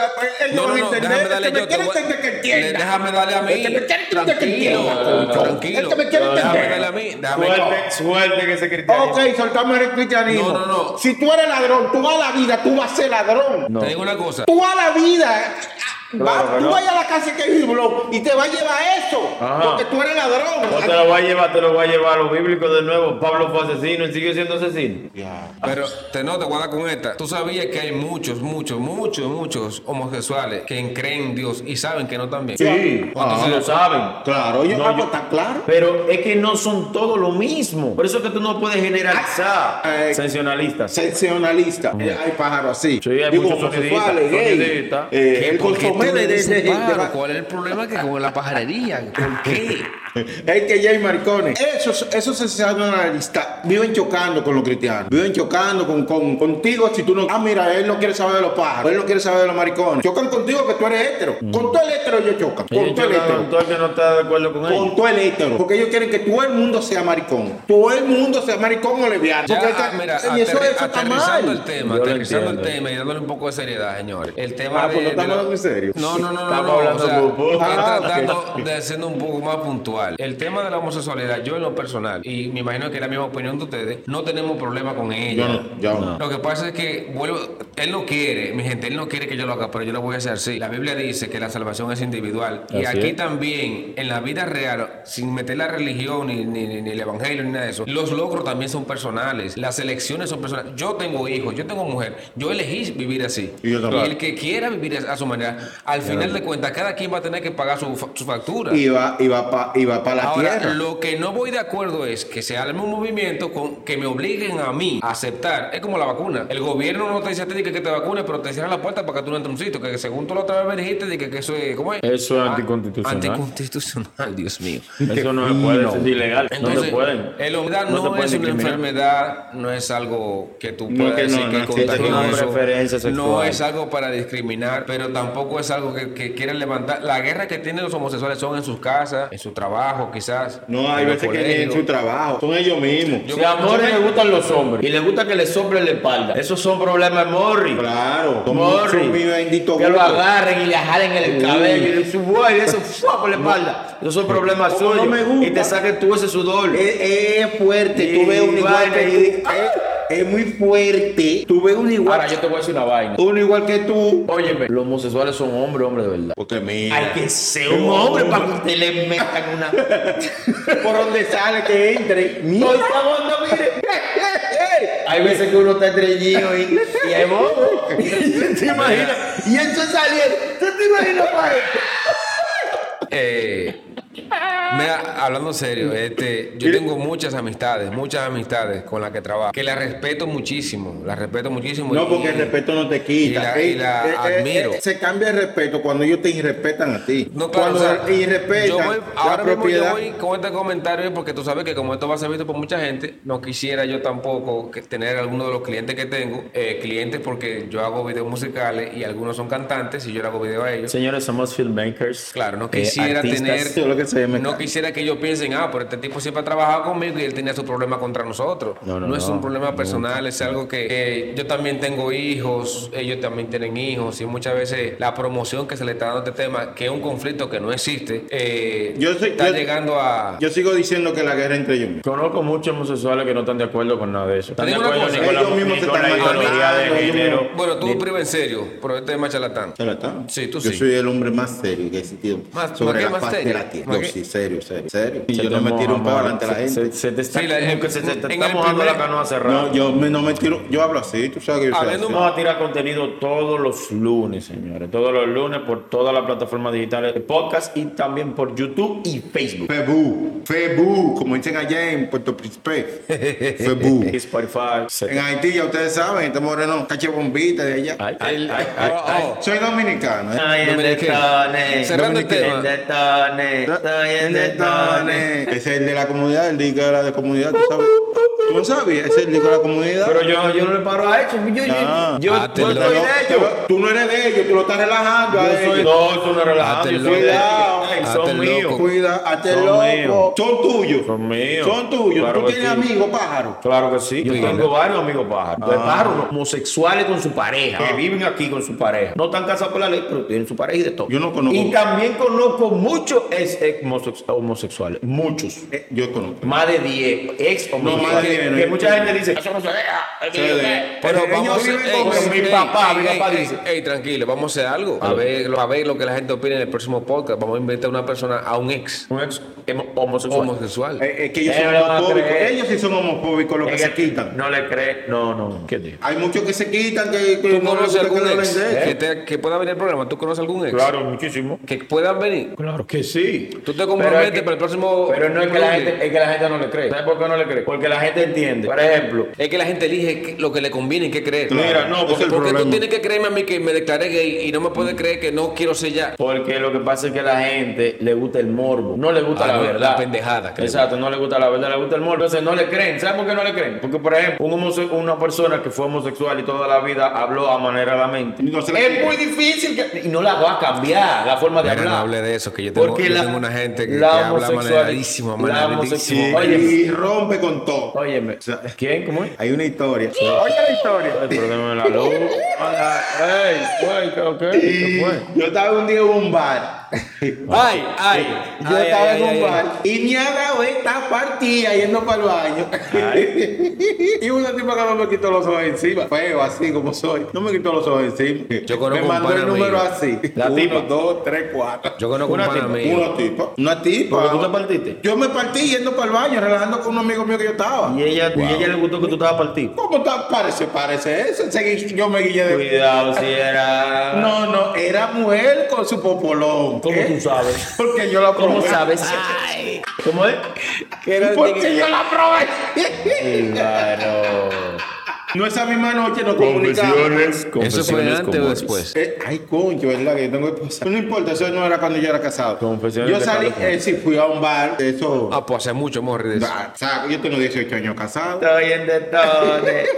Speaker 2: ellos
Speaker 3: No, no,
Speaker 2: van a
Speaker 3: no,
Speaker 2: entender.
Speaker 3: déjame
Speaker 2: El
Speaker 3: darle
Speaker 2: que me
Speaker 3: yo. te
Speaker 2: quiere
Speaker 3: voy-
Speaker 2: entender, que
Speaker 3: Le-
Speaker 2: entienda.
Speaker 3: Déjame darle a mí.
Speaker 2: El que me quiere entender, que
Speaker 3: Tranquilo,
Speaker 2: entienda.
Speaker 3: tranquilo.
Speaker 2: El que me quiere
Speaker 3: Déjame
Speaker 2: entender.
Speaker 3: darle a mí. Déjame
Speaker 1: Suerte, suerte que ese cristiano.
Speaker 2: Ok, soltamos el cristianismo.
Speaker 3: No, no, no.
Speaker 2: Si tú eres ladrón, tú vas a la vida, tú vas a ser ladrón.
Speaker 3: Te digo una cosa.
Speaker 2: Tú a la vida.
Speaker 1: Claro
Speaker 2: va-
Speaker 1: que
Speaker 2: tú
Speaker 1: no.
Speaker 2: vayas a la casa que vive Blow y te va a llevar eso.
Speaker 1: Ajá.
Speaker 2: Porque tú eres
Speaker 1: O te
Speaker 2: ladrón.
Speaker 1: lo va a llevar, te lo va a llevar a los bíblicos de nuevo. Pablo fue asesino y siguió siendo asesino.
Speaker 3: Pero te no, te voy a dar con esta. Tú sabías que hay muchos, muchos, muchos, muchos homosexuales que creen en Dios y saben que no también.
Speaker 1: Sí,
Speaker 3: Ah.
Speaker 1: lo saben.
Speaker 2: Claro, yo
Speaker 1: No,
Speaker 2: no,
Speaker 1: yo-
Speaker 2: está claro.
Speaker 1: Pero es que no son todos lo mismo. Por eso es que tú no puedes generalizar.
Speaker 2: Ay, ay.
Speaker 1: Sensacionalistas.
Speaker 2: Sensacionalista. Eh, hay pájaros así.
Speaker 1: Sí, hay muchos sonidistas,
Speaker 2: gay.
Speaker 1: sonidistas.
Speaker 2: Eh,
Speaker 3: ¿Qué-
Speaker 2: el
Speaker 3: por qué
Speaker 2: consomé
Speaker 3: tú
Speaker 2: de, de,
Speaker 3: eres
Speaker 2: de- de-
Speaker 3: pájaro? ¿Cuál es el problema que con la pajarería? ¿Por qué?
Speaker 2: El que Jay Marcone. Esos, esos sensacionalistas viven chocando con los cristianos. Viven chocando con, con- contigo si tú no. Ah, mira, él no quiere saber de los pájaros. Él no quiere saber de los maricones. Chocan contigo que tú eres hétero.
Speaker 3: Mm.
Speaker 2: Con todo el hétero ellos chocan. Con
Speaker 1: Ellos
Speaker 2: todo el
Speaker 1: chocan
Speaker 2: hétero.
Speaker 1: con todo el que no está de acuerdo con ellos.
Speaker 2: Con todo el hétero. Porque ellos quieren que todo el mundo sea maricón. Todo el mundo sea maricón o lesbiano.
Speaker 3: Ya,
Speaker 2: Porque
Speaker 3: ah,
Speaker 2: eso-
Speaker 3: mira,
Speaker 2: y eso,
Speaker 3: aterri-
Speaker 2: eso está
Speaker 3: aterrizando
Speaker 2: mal.
Speaker 3: el tema,
Speaker 1: Yo lo
Speaker 3: aterrizando el
Speaker 1: entiendo.
Speaker 3: tema y dándole un poco de seriedad, señores. El tema
Speaker 2: Ah, pues
Speaker 3: de-
Speaker 2: no estamos
Speaker 3: de la-
Speaker 2: hablando en serio.
Speaker 3: No, no, no, no,
Speaker 1: Estamos
Speaker 3: no, o
Speaker 1: hablando
Speaker 3: sea,
Speaker 1: con vos.
Speaker 3: estoy
Speaker 2: Ah,
Speaker 3: tratando de siendo un poco más puntual. El tema de la homosexualidad, yo en lo personal, y me imagino que es la misma opinión de ustedes, no tenemos problema con ella.
Speaker 2: Yo no, yo no.
Speaker 3: Lo que pasa es que vuelvo, él no quiere, mi gente, él no quiere que yo lo haga, pero yo lo voy a hacer así. La Biblia dice que la salvación es individual. y
Speaker 1: Así
Speaker 3: aquí
Speaker 1: es.
Speaker 3: también, en la vida real, sin meter la religión, ni, ni- ni- ni el evangelio, ni nada de eso, los logros también son personales. Las elecciones son personales. Yo tengo hijos, yo tengo mujer, yo elegí vivir así.
Speaker 2: Y yo también.
Speaker 3: el que quiera vivir a su manera, al final de cuentas, cada quien va a tener que pagar su, fa- su factura.
Speaker 2: Y va, y va para la
Speaker 3: Ahora,
Speaker 2: tierra.
Speaker 3: lo que no voy de acuerdo es que se arme un movimiento con que me obliguen a mí a aceptar. Es como la vacuna. El gobierno no te dice a ti de que, que te vacunes, pero te cierran la puerta para que tú no entres a un sitio. Que según tú la otra vez me dijiste, de que, que eso es. ¿Cómo es?
Speaker 1: Eso es
Speaker 3: Ah,
Speaker 1: anticonstitucional.
Speaker 3: Anticonstitucional, Dios mío.
Speaker 1: Eso no se puede, eso es ilegal. no se pueden.
Speaker 3: El obesidad
Speaker 1: No
Speaker 3: no,
Speaker 1: se pueden
Speaker 3: es una
Speaker 1: discriminar.
Speaker 3: enfermedad, no es algo que tú
Speaker 2: No,
Speaker 3: puedas
Speaker 2: que no,
Speaker 3: decir que
Speaker 2: no,
Speaker 3: es
Speaker 2: sí, es una
Speaker 3: contagioso.
Speaker 1: preferencia sexual.
Speaker 3: No es algo para discriminar, pero tampoco es algo que, que quieran levantar. La guerra que tienen los homosexuales son en sus casas, en su trabajo, quizás.
Speaker 2: No, hay
Speaker 3: en los
Speaker 2: veces que ni en
Speaker 3: colegios.
Speaker 2: su trabajo. Son ellos mismos.
Speaker 3: Yo-
Speaker 1: Si a Morris le gustan los hombres y le gusta que le soplen la espalda, esos son problemas de Morris.
Speaker 2: Claro. Son
Speaker 1: Morris.
Speaker 2: son mis benditos
Speaker 1: que lo
Speaker 2: gustos.
Speaker 1: agarren y le jalen el
Speaker 2: Sí.
Speaker 1: cabello y su guay, eso fue por la espalda. Esos son problemas
Speaker 2: Como
Speaker 1: suyos.
Speaker 2: no me gusta.
Speaker 1: y te saquen tú ese sudor.
Speaker 2: Es, es fuerte. Tú ves un
Speaker 1: Y
Speaker 2: igual
Speaker 1: vaina,
Speaker 2: que
Speaker 1: y-
Speaker 2: tú. Es, es muy fuerte. Tú ves un igual.
Speaker 1: Ahora yo te voy a decir una vaina.
Speaker 2: Uno igual que tú.
Speaker 1: Óyeme, los homosexuales son hombres, hombres de verdad.
Speaker 2: Porque mira.
Speaker 1: Hay que ser un hombre para que usted le metan una.
Speaker 2: por donde sale que entre. Mira.
Speaker 1: Por favor, no mire. Hay veces que uno está estrellado y, y hay bobo. ¿Te imaginas? Y eso es saliendo. ¿Tú te imaginas para esto?
Speaker 3: Eh, mira, hablando serio, este, yo tengo muchas amistades, muchas amistades con las que trabajo, que las respeto muchísimo, las respeto muchísimo.
Speaker 2: No, porque
Speaker 3: Y-
Speaker 2: el respeto no te quita.
Speaker 3: y la- y
Speaker 2: Eh,
Speaker 3: la
Speaker 2: eh, eh,
Speaker 3: admiro.
Speaker 2: eh, se cambia el respeto cuando ellos te irrespetan a ti.
Speaker 3: No, claro,
Speaker 2: cuando
Speaker 3: o sea, yo
Speaker 2: irrespetan
Speaker 3: voy-
Speaker 2: la
Speaker 3: ahora mismo yo
Speaker 2: propiedad.
Speaker 3: voy con este comentario porque tú sabes que como esto va a ser visto por mucha gente, no quisiera yo tampoco que tener alguno de los clientes que tengo, eh, clientes porque yo hago videos musicales y algunos son cantantes y yo le hago video a ellos.
Speaker 1: Señores, somos filmmakers. Eh,
Speaker 3: Claro, no quisiera tener,
Speaker 2: yo lo que se me
Speaker 3: no
Speaker 2: cae.
Speaker 3: quisiera que ellos piensen, ah, pero este tipo siempre ha trabajado conmigo y él tenía su problema contra nosotros.
Speaker 1: No,
Speaker 3: No,
Speaker 1: no,
Speaker 3: es
Speaker 1: no,
Speaker 3: un problema personal, es algo que, que yo también tengo hijos, ellos también tienen hijos y muchas veces la promoción que se le está dando a este tema, que es un conflicto que no existe, eh,
Speaker 2: Yo soy-
Speaker 3: está
Speaker 2: yo-
Speaker 3: llegando a...
Speaker 2: Yo sigo diciendo que la guerra entre ellos. mismos.
Speaker 1: Conozco muchos homosexuales que no están de acuerdo con nada de eso. Están de
Speaker 3: digo una
Speaker 1: acuerdo
Speaker 3: cosa,
Speaker 1: ni con la,
Speaker 2: ellos mismos
Speaker 1: ni
Speaker 2: se
Speaker 1: con la
Speaker 2: están
Speaker 1: ideología
Speaker 2: matando,
Speaker 1: de
Speaker 2: ellos
Speaker 1: género.
Speaker 2: mismos-
Speaker 3: bueno, tú priva en serio, pero este tema charlatán.
Speaker 2: Ya la está.
Speaker 3: Sí, tú
Speaker 2: yo
Speaker 3: sí.
Speaker 2: soy el hombre más serio que he existido
Speaker 3: Más-
Speaker 2: sobre
Speaker 3: ¿más qué?
Speaker 2: la
Speaker 3: ¿más
Speaker 2: faz de
Speaker 3: serio?
Speaker 2: la tierra.
Speaker 3: ¿Más
Speaker 2: No,
Speaker 3: qué?
Speaker 2: sí, serio, serio, serio. Y
Speaker 1: Se
Speaker 2: yo
Speaker 1: te
Speaker 2: no me tiro
Speaker 1: moja,
Speaker 2: un pavo
Speaker 1: mano.
Speaker 2: delante de la
Speaker 1: Se-
Speaker 2: gente.
Speaker 1: Se, se te está,
Speaker 3: Sí, la-
Speaker 1: como que se te
Speaker 3: en
Speaker 1: está
Speaker 3: el
Speaker 1: mojando la
Speaker 3: primer-
Speaker 1: canoa cerrada.
Speaker 2: No, yo me, no me tiro, yo hablo así, tú sabes que yo soy
Speaker 3: Hablando
Speaker 2: así.
Speaker 1: Vamos a tirar contenido todos los lunes, señores. Todos los lunes por todas las plataformas digitales de podcast y también por YouTube y Facebook.
Speaker 2: Febu, Febu, como dicen allá en Puerto Príncipe. Febu.
Speaker 1: Y Spotify.
Speaker 2: En Haití ya ustedes saben, este moreno, caché bombita de allá.
Speaker 1: Ay, ay,
Speaker 3: El-
Speaker 1: ay,
Speaker 3: oh,
Speaker 1: ay, ay.
Speaker 3: oh.
Speaker 2: Soy dominicano, ¿eh?
Speaker 1: Ay, en
Speaker 3: Dominique.
Speaker 1: detone.
Speaker 3: Cerrando el tema.
Speaker 1: En detone. Ay, en detone.
Speaker 2: Ese es el de la comunidad, el disco de la comunidad, tú sabes. Tú no sabías, ese es el disco de la comunidad.
Speaker 1: Pero yo, yo no le paro a eso. Yo, yo,
Speaker 2: Ah.
Speaker 1: yo,
Speaker 3: Ah, te
Speaker 1: yo
Speaker 3: lo-
Speaker 1: soy de
Speaker 2: No,
Speaker 1: ellos.
Speaker 2: tú no eres de ellos, tú lo estás relajando a
Speaker 1: Yo soy
Speaker 2: ellos.
Speaker 1: no, eso no es relajante,
Speaker 3: Ah, te
Speaker 1: yo
Speaker 3: lo-
Speaker 1: soy de ellos.
Speaker 2: Cuidado,
Speaker 1: Ay,
Speaker 3: Hazte
Speaker 1: son
Speaker 3: el
Speaker 1: míos.
Speaker 3: loco.
Speaker 2: Cuídate,
Speaker 1: Son
Speaker 2: loco.
Speaker 1: míos.
Speaker 2: Son tuyos.
Speaker 1: Son míos.
Speaker 2: Son tuyos.
Speaker 1: Claro
Speaker 2: Tú
Speaker 1: que
Speaker 2: tienes
Speaker 1: sí.
Speaker 2: amigos, pájaro.
Speaker 1: Claro que sí. Yo
Speaker 3: Mira.
Speaker 1: tengo varios amigos pájaros.
Speaker 2: Ah.
Speaker 1: De pájaros homosexuales con su pareja. Que viven aquí con su pareja. No están casados por la ley, pero tienen su pareja y de todo.
Speaker 2: Yo no conozco-
Speaker 1: Y también conozco muchos ex ex homosex- homosexuales. Muchos.
Speaker 2: Eh, yo conozco.
Speaker 1: Más de 10 ex homosexuales.
Speaker 2: más de 10,
Speaker 1: que,
Speaker 2: no,
Speaker 1: que
Speaker 2: yo-
Speaker 1: mucha gente dice, eso no se deja. es que
Speaker 2: Se
Speaker 1: yo
Speaker 2: deja.
Speaker 1: qué".
Speaker 3: Pero
Speaker 1: Ellos
Speaker 3: vamos
Speaker 1: viven
Speaker 3: a-
Speaker 1: con
Speaker 3: ey,
Speaker 1: mi
Speaker 3: ey,
Speaker 1: papá,
Speaker 3: ey,
Speaker 1: mi papá
Speaker 3: ey,
Speaker 1: dice.
Speaker 3: ey, tranquilo, vamos a hacer algo. A ver, a ver lo que la gente opina en el próximo podcast. Vamos a inventar una persona a un ex
Speaker 1: Un ex hemo- homosexual.
Speaker 3: homosexual.
Speaker 2: Eh, es que ellos
Speaker 1: Eh,
Speaker 2: son
Speaker 1: no le van a
Speaker 2: homofóbicos.
Speaker 1: creer.
Speaker 2: Ellos sí son homofóbicos, lo que
Speaker 1: Es
Speaker 2: se
Speaker 1: que
Speaker 2: quitan.
Speaker 1: No le cree. No, no. ¿Qué dice?
Speaker 2: Hay muchos que se quitan, que, que
Speaker 3: ¿Tú
Speaker 2: no les
Speaker 3: conoces
Speaker 2: gusta que
Speaker 3: algún
Speaker 2: le
Speaker 3: ex
Speaker 2: hablen de
Speaker 1: Eh,
Speaker 3: que,
Speaker 2: ellos.
Speaker 3: te- que pueda venir al programa? ¿Tú conoces algún ex?
Speaker 1: Claro, muchísimo.
Speaker 3: Que puedan venir.
Speaker 1: Claro que sí.
Speaker 3: Tú te comprometes
Speaker 1: Pero es que-
Speaker 3: para el próximo.
Speaker 1: Pero no es que la
Speaker 3: lunes.
Speaker 1: gente, es que la gente no le cree. ¿Sabes por qué no le cree? Porque la gente entiende. Por ejemplo,
Speaker 3: Es que la gente elige que- lo que le conviene y qué creer.
Speaker 2: Mira, no,
Speaker 3: porque,
Speaker 2: ese es el
Speaker 3: porque tú
Speaker 2: problema.
Speaker 3: tienes que creerme a mí que me declaré gay y no me puedes creer que no quiero ser ya.
Speaker 1: porque lo que pasa es que la gente le gusta el morbo, no le gusta
Speaker 3: Ah,
Speaker 1: la
Speaker 3: no, la
Speaker 1: verdad.
Speaker 3: pendejada, creo.
Speaker 1: Exacto, no le gusta la verdad, le gusta el morbo. Entonces no le creen. ¿Sabes por qué no le creen? Porque, por ejemplo, un homose- una persona que fue homosexual y toda la vida habló a manera de la mente.
Speaker 2: No se le-
Speaker 1: es muy difícil que- y no la va a cambiar la forma de
Speaker 3: Mira,
Speaker 1: hablar.
Speaker 3: no hable de eso, que yo tengo- yo tengo una gente que- que habla
Speaker 1: homosexual-
Speaker 3: maneradísimo,
Speaker 1: la
Speaker 3: maneradísimo.
Speaker 1: homosexual- Óyeme,
Speaker 2: Y rompe con todo.
Speaker 1: óyeme.
Speaker 2: O sea,
Speaker 1: ¿Quién? ¿Cómo es?
Speaker 2: Hay una historia.
Speaker 1: Oye la historia. Ay, pero dame la luz. Ay, güey, ¿qué- qué? ¿Qué
Speaker 2: Y
Speaker 1: fue?
Speaker 2: yo estaba un día en un bar.
Speaker 3: ¡Ay, ay!
Speaker 2: Yo estaba en un bar y ni agarré esta partida yendo para el baño. y una tipa que no me quitó los ojos encima. Feo, así como soy. No me quitó los ojos encima.
Speaker 3: Yo conozco
Speaker 2: me
Speaker 3: un
Speaker 2: mandó
Speaker 3: pana
Speaker 2: el número
Speaker 3: mío.
Speaker 2: así.
Speaker 1: La
Speaker 2: Uno,
Speaker 1: tipa.
Speaker 2: dos, tres, cuatro.
Speaker 3: Yo conozco un
Speaker 1: Una
Speaker 3: pana
Speaker 1: tipa.
Speaker 3: mío.
Speaker 2: Una tipa. Una tipa.
Speaker 1: Porque tú te partiste.
Speaker 2: Yo me partí yendo para el baño, relajando con un amigo mío que yo estaba.
Speaker 1: Y ella, y ella le gustó que tú estabas partido.
Speaker 2: ¿Cómo está? Parece, parece eso. Seguí- yo me guillé de.
Speaker 1: Cuidado si era.
Speaker 2: No, no, era mujer con su popolón.
Speaker 1: ¿Cómo
Speaker 2: ¿eh?
Speaker 1: tú sabes?
Speaker 2: Porque yo la probé.
Speaker 1: ¿Cómo sabes? ¿Cómo es?
Speaker 2: Porque yo la probé.
Speaker 1: Claro.
Speaker 2: no esa misma noche nos comunicamos.
Speaker 3: ¿Eso fue antes o después?
Speaker 2: Eh, ay, concho, es la que yo tengo esposa. No importa, eso no era cuando yo era casado.
Speaker 1: Confesiones
Speaker 2: Yo
Speaker 1: de
Speaker 2: salí,
Speaker 1: Carlos Fuentes.
Speaker 2: eh, sí, fui a un bar, de eso.
Speaker 3: Ah, pues hace mucho, Morri, de eso.
Speaker 2: Ah, o sea, yo tengo 18 años casado.
Speaker 1: Estoy en detones.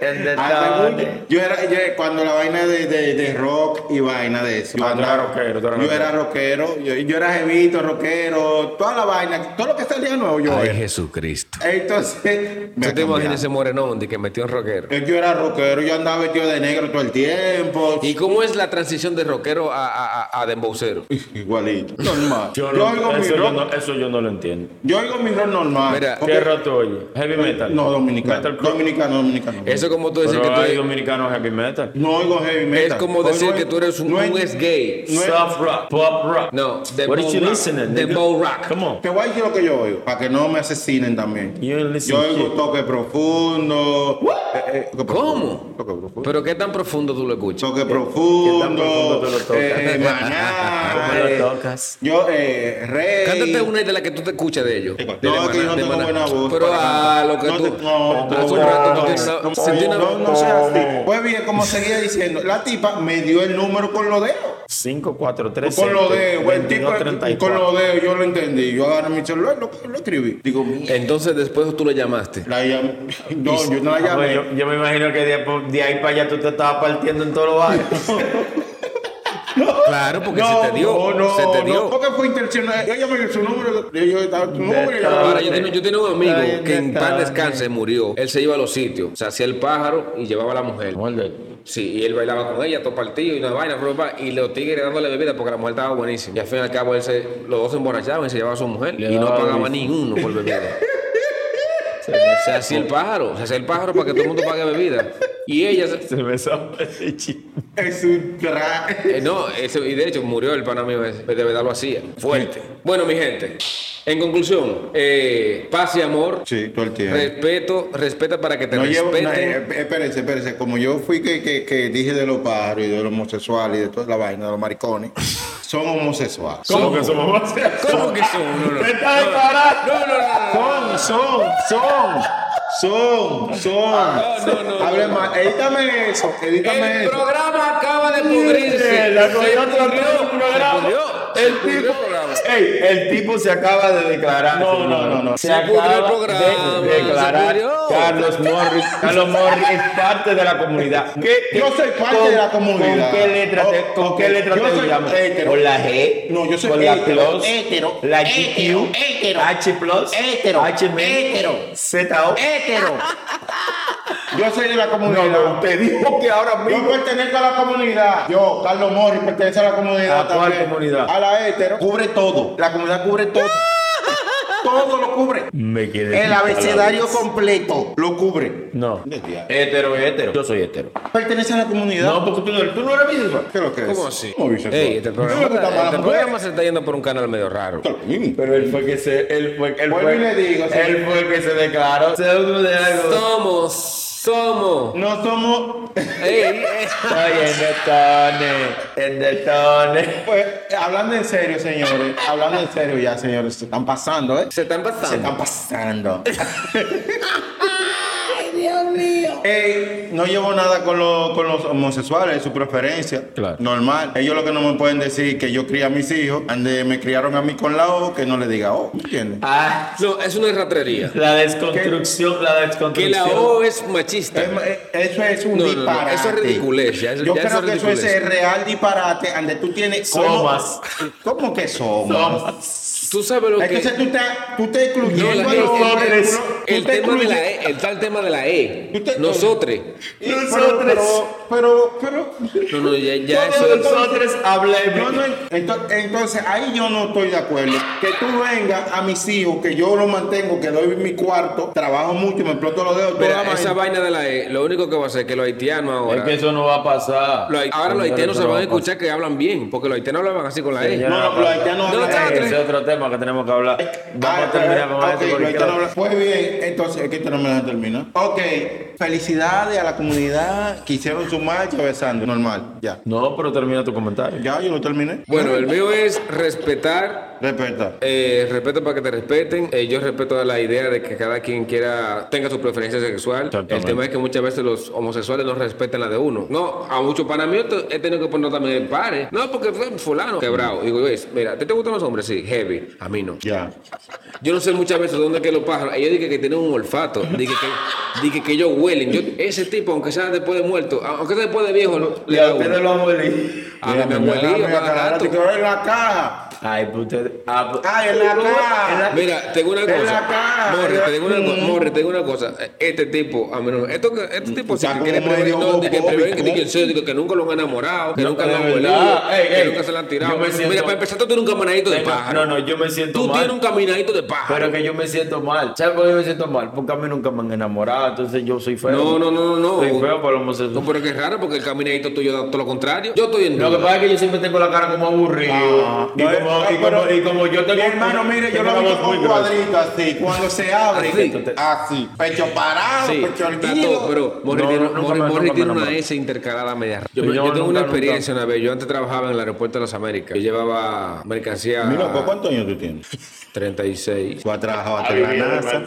Speaker 1: En
Speaker 2: Hace mucho.
Speaker 1: detones.
Speaker 2: Yo era yo- cuando la vaina de, de- de rock y vaina de eso.
Speaker 1: Ah, tú eras
Speaker 2: Andaba-
Speaker 1: rockero, tú eras
Speaker 2: yo era rockero, yo, yo era jevito, rockero, toda la vaina, todo lo que salía nuevo yo
Speaker 3: Ay,
Speaker 2: era.
Speaker 3: Jesucristo.
Speaker 2: Entonces, me
Speaker 3: ¿Tú te
Speaker 2: ha
Speaker 3: imaginas ese
Speaker 2: cambiado.
Speaker 3: morenón de que metió un rockero?
Speaker 2: Es que yo era rockero, yo andaba vestido de negro todo el tiempo.
Speaker 3: ¿Y cómo es la transición de rockero a, a, a, a dembowcero?
Speaker 2: Igualito, normal.
Speaker 1: Yo
Speaker 2: yo,
Speaker 1: no-
Speaker 2: oigo mi
Speaker 1: eso, yo
Speaker 2: rock,
Speaker 1: no, eso yo no lo entiendo.
Speaker 2: yo oigo mi rock normal.
Speaker 3: Mira,
Speaker 1: ¿Qué
Speaker 2: Porque-
Speaker 1: roto oye? Heavy metal.
Speaker 2: no, dominicano.
Speaker 1: Metal core.
Speaker 2: dominicano, dominicano.
Speaker 3: Eso es como tú decir
Speaker 1: Pero
Speaker 3: que tú
Speaker 1: hay
Speaker 3: eres,
Speaker 1: dominicanos heavy metal.
Speaker 2: No oigo heavy metal.
Speaker 3: es como decir
Speaker 2: Oigo-
Speaker 3: que tú eres un,
Speaker 2: Pues no es-
Speaker 3: un ex gay.
Speaker 2: No es-
Speaker 1: Soft rock, pop rock.
Speaker 3: No, the
Speaker 1: What are you
Speaker 3: bow rock.
Speaker 1: listening?
Speaker 3: The
Speaker 1: nigga?
Speaker 3: bow rock.
Speaker 1: Come on.
Speaker 2: Te voy a decir lo que yo oigo, para que no me asesinen también.
Speaker 1: You ain't listen
Speaker 2: Yo oigo
Speaker 1: shit.
Speaker 2: toque profundo. eh, eh, toque
Speaker 3: ¿Cómo?
Speaker 2: profundo, Toque profundo.
Speaker 3: ¿Pero qué tan profundo tú lo escuchas?
Speaker 2: Toque
Speaker 1: Eh, tan profundo
Speaker 2: profundo.
Speaker 1: te lo tocas?
Speaker 2: eh, maná.
Speaker 1: ¿Cómo lo
Speaker 2: eh,
Speaker 1: tocas?
Speaker 2: Yo, eh, rey.
Speaker 3: Cántate una de las que tú te escuchas de ellos.
Speaker 2: pues, No,
Speaker 3: De
Speaker 2: es que yo no
Speaker 3: Maná, de
Speaker 2: tengo
Speaker 3: Maná.
Speaker 2: buena voz.
Speaker 3: Pero
Speaker 2: para
Speaker 3: a lo que
Speaker 2: cantar.
Speaker 3: tú...
Speaker 2: No, te- no,
Speaker 3: Hace
Speaker 2: no,
Speaker 3: un rato tú
Speaker 2: no,
Speaker 3: tienes
Speaker 2: no,
Speaker 3: una... sentí una-
Speaker 2: no, no sea así. Pues bien, como seguía diciendo, la tipa me dio el número con los dedos.
Speaker 1: 5, 4, 3,
Speaker 2: Con los dedos, el tipo con los dedos, yo lo entendí. Yo agarré mi celular, lo, lo escribí. Digo,
Speaker 3: Entonces después tú lo llamaste.
Speaker 2: la llamé. No, yo no la llamé.
Speaker 1: Ah, yo, yo me imagino que de, de ahí para allá tú te estabas partiendo en todos los bares.
Speaker 3: Claro, porque se te dio.
Speaker 2: No, no,
Speaker 3: se te
Speaker 2: no,
Speaker 3: dio.
Speaker 2: porque fue intencional. Yo llamé su número, yo, yo estaba tu número. y yo-
Speaker 3: Ahora, yo tengo, yo tenía un amigo
Speaker 1: Ay,
Speaker 3: que en paz
Speaker 1: neta,
Speaker 3: descanse murió. Él se iba a los sitios, se hacía el pájaro y llevaba a la mujer. Sí, y él bailaba con ella, todo partido y una vaina, ropa, y los tigres dándole bebida porque la mujer estaba buenísima. Y al fin y al cabo, él se, los dos se emborrachaban y se llevaba a su mujer
Speaker 1: Le
Speaker 3: y no
Speaker 1: daba
Speaker 3: pagaba
Speaker 1: bebida.
Speaker 3: ni uno por bebida. Se hacía el pájaro, se hacía el pájaro para que todo el mundo pague bebida. Y ella, se-
Speaker 1: Se me sale ese chiste.
Speaker 2: Es un tra.
Speaker 3: eh, no, ese- y de hecho murió el pana mío, ese, de verdad lo hacía, fuerte. Bueno, mi gente, en conclusión, eh, paz y amor,
Speaker 2: Sí, todo el tiempo.
Speaker 3: Respeto, respeta para que te
Speaker 2: No llevo, no,
Speaker 3: respeten.
Speaker 2: eh, espérense, espérense. Como yo fui que, que- que dije de los pájaros y de los homosexuales y de toda la vaina, de los maricones, son homosexuales.
Speaker 3: ¿Cómo?
Speaker 1: Como que somos más.
Speaker 3: ¿Cómo que son? No, no.
Speaker 1: ¡Me está disparando!
Speaker 3: No, no, no, no.
Speaker 2: Son, son, son, son, son.
Speaker 3: Ah, no, no, no.
Speaker 2: Hable más. Edítame eso, edítame
Speaker 3: El
Speaker 2: eso.
Speaker 3: programa acaba de pudrirse.
Speaker 1: la cogió
Speaker 3: Se
Speaker 1: otro
Speaker 3: pudrió,
Speaker 1: programa.
Speaker 3: se pudrió.
Speaker 1: el tipo, Ey, el tipo se acaba de declarar.
Speaker 2: No, no, no, no.
Speaker 1: Se,
Speaker 3: Se pudrió
Speaker 1: acaba
Speaker 3: el programa,
Speaker 1: de declarar.
Speaker 3: se pudrió.
Speaker 1: Carlos Morris. Carlos Morris es parte de la comunidad. ¿Qué-
Speaker 2: Yo soy parte de la comunidad.
Speaker 1: ¿Con qué letra te,
Speaker 2: Oh,
Speaker 1: con
Speaker 2: ok.
Speaker 1: qué letra
Speaker 2: Yo
Speaker 1: te
Speaker 2: soy
Speaker 1: llamas?
Speaker 2: hétero.
Speaker 1: ¿Con la G?
Speaker 2: No, yo soy
Speaker 1: ¿Con la
Speaker 2: hétero,
Speaker 1: plus?
Speaker 2: hétero,
Speaker 1: ¿La
Speaker 2: hétero,
Speaker 1: GQ?
Speaker 2: hétero,
Speaker 1: ¿H plus?
Speaker 2: hétero,
Speaker 1: ¿H men?
Speaker 2: hétero,
Speaker 1: ¿ZO?
Speaker 2: Hétero. Yo soy de la comunidad.
Speaker 1: No, no, te digo que ahora
Speaker 2: Yo
Speaker 1: mismo.
Speaker 2: pertenezco a la comunidad. Yo, Carlos Morris, pertenece a la comunidad.
Speaker 1: ¿A cuál
Speaker 2: también.
Speaker 1: comunidad?
Speaker 2: A la hétero. Cubre todo. La comunidad cubre todo. todo lo cubre.
Speaker 1: Me quedé.
Speaker 2: El abecedario completo lo cubre.
Speaker 1: No. Hétero, hétero. Yo soy hétero.
Speaker 2: Pertenece a la comunidad.
Speaker 1: No, porque tú no, tú no eres bisexual.
Speaker 2: ¿Qué lo que es?
Speaker 3: ¿Cómo así?
Speaker 2: ¿Cómo bisexual?
Speaker 3: Ey, este
Speaker 2: ¿Tú le
Speaker 3: programa,
Speaker 2: gustan malas
Speaker 3: este
Speaker 2: mujeres?
Speaker 3: programa se está yendo por un canal medio raro.
Speaker 1: Pero él fue que se. Él fue, él
Speaker 2: Vuelvo
Speaker 1: fue,
Speaker 2: y le digo, sí.
Speaker 1: él fue que se declaró. Segundo de algo.
Speaker 3: Somos, somos.
Speaker 2: No somos.
Speaker 3: Ey, ey.
Speaker 1: Ay, el detone. El detone.
Speaker 2: Pues, hablando en serio, señores. hablando en serio ya, señores. Se están pasando, ¿eh?
Speaker 3: Se están
Speaker 2: Se
Speaker 3: pasando.
Speaker 2: están pasando. Ay, Dios mío. no llevo nada con, lo- con los homosexuales, su preferencia.
Speaker 1: Claro.
Speaker 2: Normal. Ellos lo que no me pueden decir que yo crié a mis hijos, ande me criaron a mí con la O, que no le diga O. ¿me ¿Entiendes?
Speaker 1: Ah,
Speaker 3: No, es una ratrería.
Speaker 1: la desconstrucción. La
Speaker 3: Que
Speaker 1: desconstrucción.
Speaker 3: la O es machista.
Speaker 2: Es- eh, Eso es un
Speaker 3: No, no, no,
Speaker 2: disparate.
Speaker 3: eso es ridiculez, ya, eso-
Speaker 2: Yo
Speaker 3: ya
Speaker 2: creo
Speaker 3: eso es
Speaker 2: que eso es
Speaker 3: ridiculez.
Speaker 2: el real disparate. Ande tú tienes. ¿cómo-
Speaker 1: Somas.
Speaker 2: ¿Cómo que somas?
Speaker 3: Tú sabes lo que...
Speaker 2: Entonces tú te, tú te
Speaker 3: No,
Speaker 2: excluyendo
Speaker 3: la- E
Speaker 2: a
Speaker 3: el-
Speaker 2: los hombres.
Speaker 3: el-
Speaker 2: tú
Speaker 3: el
Speaker 2: te
Speaker 3: tema de la
Speaker 2: excluyes-
Speaker 3: E, el tal tema de la E.
Speaker 2: Tú te-
Speaker 3: Nosotros.
Speaker 2: Pero, pero, pero, pero,
Speaker 3: No, no, ya, ya
Speaker 1: Todos
Speaker 3: eso es...
Speaker 1: nosotros
Speaker 2: No,
Speaker 1: hablemos.
Speaker 2: no, ento- entonces ahí yo no estoy de acuerdo. Que tú vengas a mis hijos, que yo los mantengo, que doy mi cuarto, trabajo mucho, me exploto los dedos toda
Speaker 3: Mira,
Speaker 2: la mañana.
Speaker 3: esa vaina de la E, lo único que va a hacer es que los haitianos
Speaker 1: Es
Speaker 3: ahora...
Speaker 1: que eso no va a pasar.
Speaker 3: los hai- ahora los haitianos se
Speaker 1: Eso no
Speaker 3: van a
Speaker 1: pasar.
Speaker 3: escuchar que hablan bien, porque los haitianos hablaban así con la
Speaker 1: Señora,
Speaker 3: E.
Speaker 2: No, no, los haitianos
Speaker 3: No,
Speaker 2: hablan-
Speaker 3: no,
Speaker 1: Ese
Speaker 3: no,
Speaker 1: es otro tema que tenemos que hablar. Vamos
Speaker 2: Ah,
Speaker 1: a terminar con
Speaker 2: ok,
Speaker 1: esto
Speaker 2: los
Speaker 1: porque
Speaker 2: haitianos
Speaker 1: creo-
Speaker 2: hablan- Pues bien, entonces es que esto no me dejan terminar. Ok, felicidades a la comunidad que hicieron su marcha besando. Normal, ya.
Speaker 1: No, pero termina tu comentario.
Speaker 2: Ya, yo lo terminé.
Speaker 3: Bueno, el mío es respetar
Speaker 2: Respeta.
Speaker 3: Eh, respeto para que te respeten. Eh, yo respeto la idea de que cada quien quiera tenga su preferencia sexual. El
Speaker 1: Exactamente.
Speaker 3: tema es que muchas veces los homosexuales no respetan la de uno. No, a muchos para mí yo te- he tenido que poner también el pare. No, porque fue fulano quebrado. Digo, "Oye, mira, ¿a ti te gustan los hombres? Sí, heavy. A mí no.
Speaker 2: Ya.
Speaker 3: Yo no sé muchas veces dónde es que los pájaros. Ellos dije que tienen un olfato. Dije que, dije que ellos huelen. Yo- ese tipo, aunque sea después de muerto, aunque sea después de viejo, no- le da uno.
Speaker 1: lo abuelí.
Speaker 3: A mí me
Speaker 2: Mira,
Speaker 3: huelía
Speaker 2: mira,
Speaker 3: cada
Speaker 2: cara,
Speaker 3: rato.
Speaker 2: te quedó en la caja.
Speaker 1: Ay, pues ustedes. Ah, pues-
Speaker 2: Ay, en la
Speaker 1: En
Speaker 2: caja.
Speaker 1: la-
Speaker 3: Mira, tengo una
Speaker 2: En la
Speaker 3: cosa.
Speaker 2: cara.
Speaker 3: Morre, te digo una, co-
Speaker 2: Mm.
Speaker 3: Morre, te digo una cosa. Este tipo, a mí no- esto que- este tipo sí
Speaker 2: Está
Speaker 3: que
Speaker 2: como
Speaker 3: quiere
Speaker 2: medio
Speaker 3: prever- no, de que
Speaker 2: homofóbico.
Speaker 3: prever- que diga en serio, digo, que nunca lo han enamorado, que
Speaker 1: No,
Speaker 3: nunca
Speaker 1: de
Speaker 3: lo han
Speaker 1: verdad.
Speaker 3: huelido,
Speaker 1: Ey,
Speaker 3: que
Speaker 1: ey.
Speaker 3: nunca se lo han
Speaker 1: Yo
Speaker 3: tirado.
Speaker 1: me siento-
Speaker 3: Mira, para empezar, tú tienes un caminadito de
Speaker 1: Tengo-
Speaker 3: pájaro.
Speaker 1: No, no, yo me siento
Speaker 3: Tú
Speaker 1: mal.
Speaker 3: tienes un caminadito de
Speaker 1: Pero
Speaker 3: pájaro.
Speaker 1: es que yo me siento mal. ¿Sabes por qué me siento mal? Porque a mí nunca me han enamorado, entonces yo soy feo.
Speaker 3: No, no, no, no, no.
Speaker 1: Soy feo para los
Speaker 3: No, pues,
Speaker 1: homosexuales.
Speaker 3: pero que es raro porque el caminadito tuyo da todo lo contrario. Yo estoy en
Speaker 1: Lo que
Speaker 3: duda.
Speaker 1: pasa es que yo siempre tengo la cara como aburrido.
Speaker 2: Ah,
Speaker 1: y,
Speaker 2: no,
Speaker 1: como,
Speaker 2: no,
Speaker 1: y, como,
Speaker 2: pero-
Speaker 1: y como yo tengo.
Speaker 2: Mi hermano, mire, yo
Speaker 1: tengo
Speaker 2: lo
Speaker 1: la
Speaker 2: vi
Speaker 1: voz
Speaker 2: como
Speaker 1: muy
Speaker 2: un
Speaker 1: gruesa.
Speaker 2: cuadrito así. Cuando se abre,
Speaker 3: Así.
Speaker 2: así, Pecho parado,
Speaker 3: Sí,
Speaker 2: pecho
Speaker 3: está
Speaker 2: erguido.
Speaker 3: todo, pero Morri
Speaker 1: No,
Speaker 3: tiene,
Speaker 1: nunca
Speaker 3: Morri-
Speaker 1: me-
Speaker 3: Morri
Speaker 1: nunca me
Speaker 3: tiene una
Speaker 1: enamoré.
Speaker 3: S intercalada media. Yo,
Speaker 1: Yo
Speaker 3: yo tengo
Speaker 1: nunca, nunca.
Speaker 3: una experiencia una vez. Yo antes trabajaba en el aeropuerto de las Américas. Yo llevaba mercancía
Speaker 2: Mira, pues, ¿cuántos años tú tienes?
Speaker 3: 36.
Speaker 2: Tú has trabajado hasta en la NASA.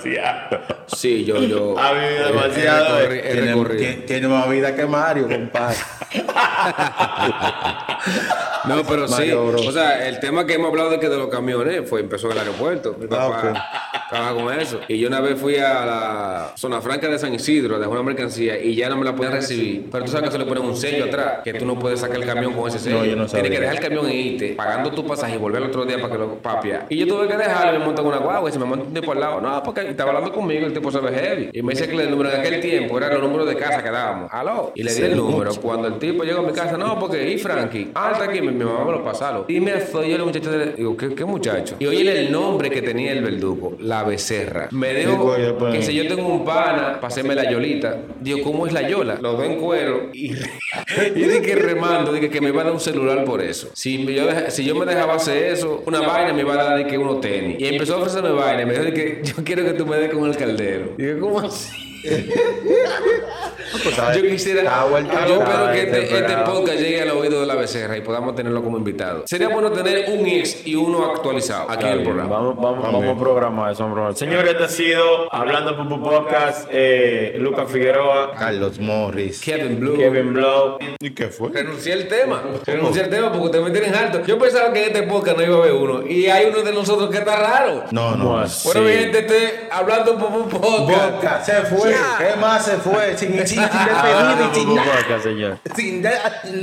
Speaker 3: Sí, yo, yo.
Speaker 1: Ha vivido demasiado,
Speaker 3: He
Speaker 1: eh.
Speaker 3: recorri- he
Speaker 2: Tiene,
Speaker 3: recorrido.
Speaker 2: tiene- tiene más vida que Mario, compadre.
Speaker 3: No, pero sí.
Speaker 2: Mario Bros.
Speaker 3: O sea, el tema que hemos hablado de que de los camiones fue empezó en el aeropuerto. Mi papá trabaja con eso. Y yo una vez fui a la zona franca de San Isidro a dejar una mercancía y ya no me la podían recibir. Pero tú sabes que se le ponen un sello atrás, que tú no puedes sacar el camión con ese sello.
Speaker 2: yo no sabía.
Speaker 3: Tienes que dejar el camión e irte, pagando tu pasaje y volver el otro día para que lo papia. Y yo tuve que dejarlo, me monto en una guagua y se me monta un tipo al lado. No, porque estaba hablando conmigo, el tipo sabe heavy. Y me dice que el número de aquel tiempo era los números de casa que dábamos. Aló. Y le di el número. Cuando el tipo llegó a mi casa, no, porque y Frankie, ah, está aquí, mi, mi mamá me lo pasaron. Y me soy yo el muchacho del- Digo, ¿qué, qué muchacho? Y oye el nombre que tenía el verdugo, la becerra. Me dijo
Speaker 2: Sí, coño, pues.
Speaker 3: que si yo tengo un pana, paseme la yolita. Digo, ¿cómo es la yola? Lo doy en cuero y, y dije remando, dije que me iba a dar un celular por eso. Si me- yo, deja- si yo me dejaba hacer eso, una vaina me iba a dar de que uno tenis. Y empezó a ofrecerme vaina, me dijo de que yo quiero que tú me des con el caldero. Digo, ¿cómo así? Yo quisiera.
Speaker 1: Pues, Está vuelto
Speaker 3: yo espero
Speaker 1: nada
Speaker 3: que
Speaker 1: este
Speaker 3: este, este
Speaker 1: programa.
Speaker 3: podcast llegue al oído de la becerra y podamos tenerlo como invitado. Sería bueno tener un ex y uno actualizado aquí en el programa.
Speaker 1: Vamos, vamos, vamos a programar eso. Vamos a programar. Señores, este ha sido Hablando Pupu Podcast. Eh, Lucas Figueroa,
Speaker 2: Carlos Morris.
Speaker 3: Kevin Blue.
Speaker 1: Kevin Blow.
Speaker 2: ¿Y qué fue?
Speaker 3: Renuncié al tema. Renuncié al tema porque ustedes me tienen alto. Yo pensaba que en este podcast no iba a haber uno. Y hay uno de nosotros que está raro.
Speaker 2: No, no.
Speaker 1: Pues,
Speaker 3: Bueno,
Speaker 1: sí.
Speaker 3: mi gente, este, hablando por un podcast.
Speaker 2: Boca, se fue.
Speaker 3: Ya.
Speaker 2: ¿Qué más se fue? Sin, sin, sin despedida
Speaker 1: Hablando
Speaker 2: y sin
Speaker 1: Pupu
Speaker 2: nada.
Speaker 1: Podcast, señor.
Speaker 2: Sin nada.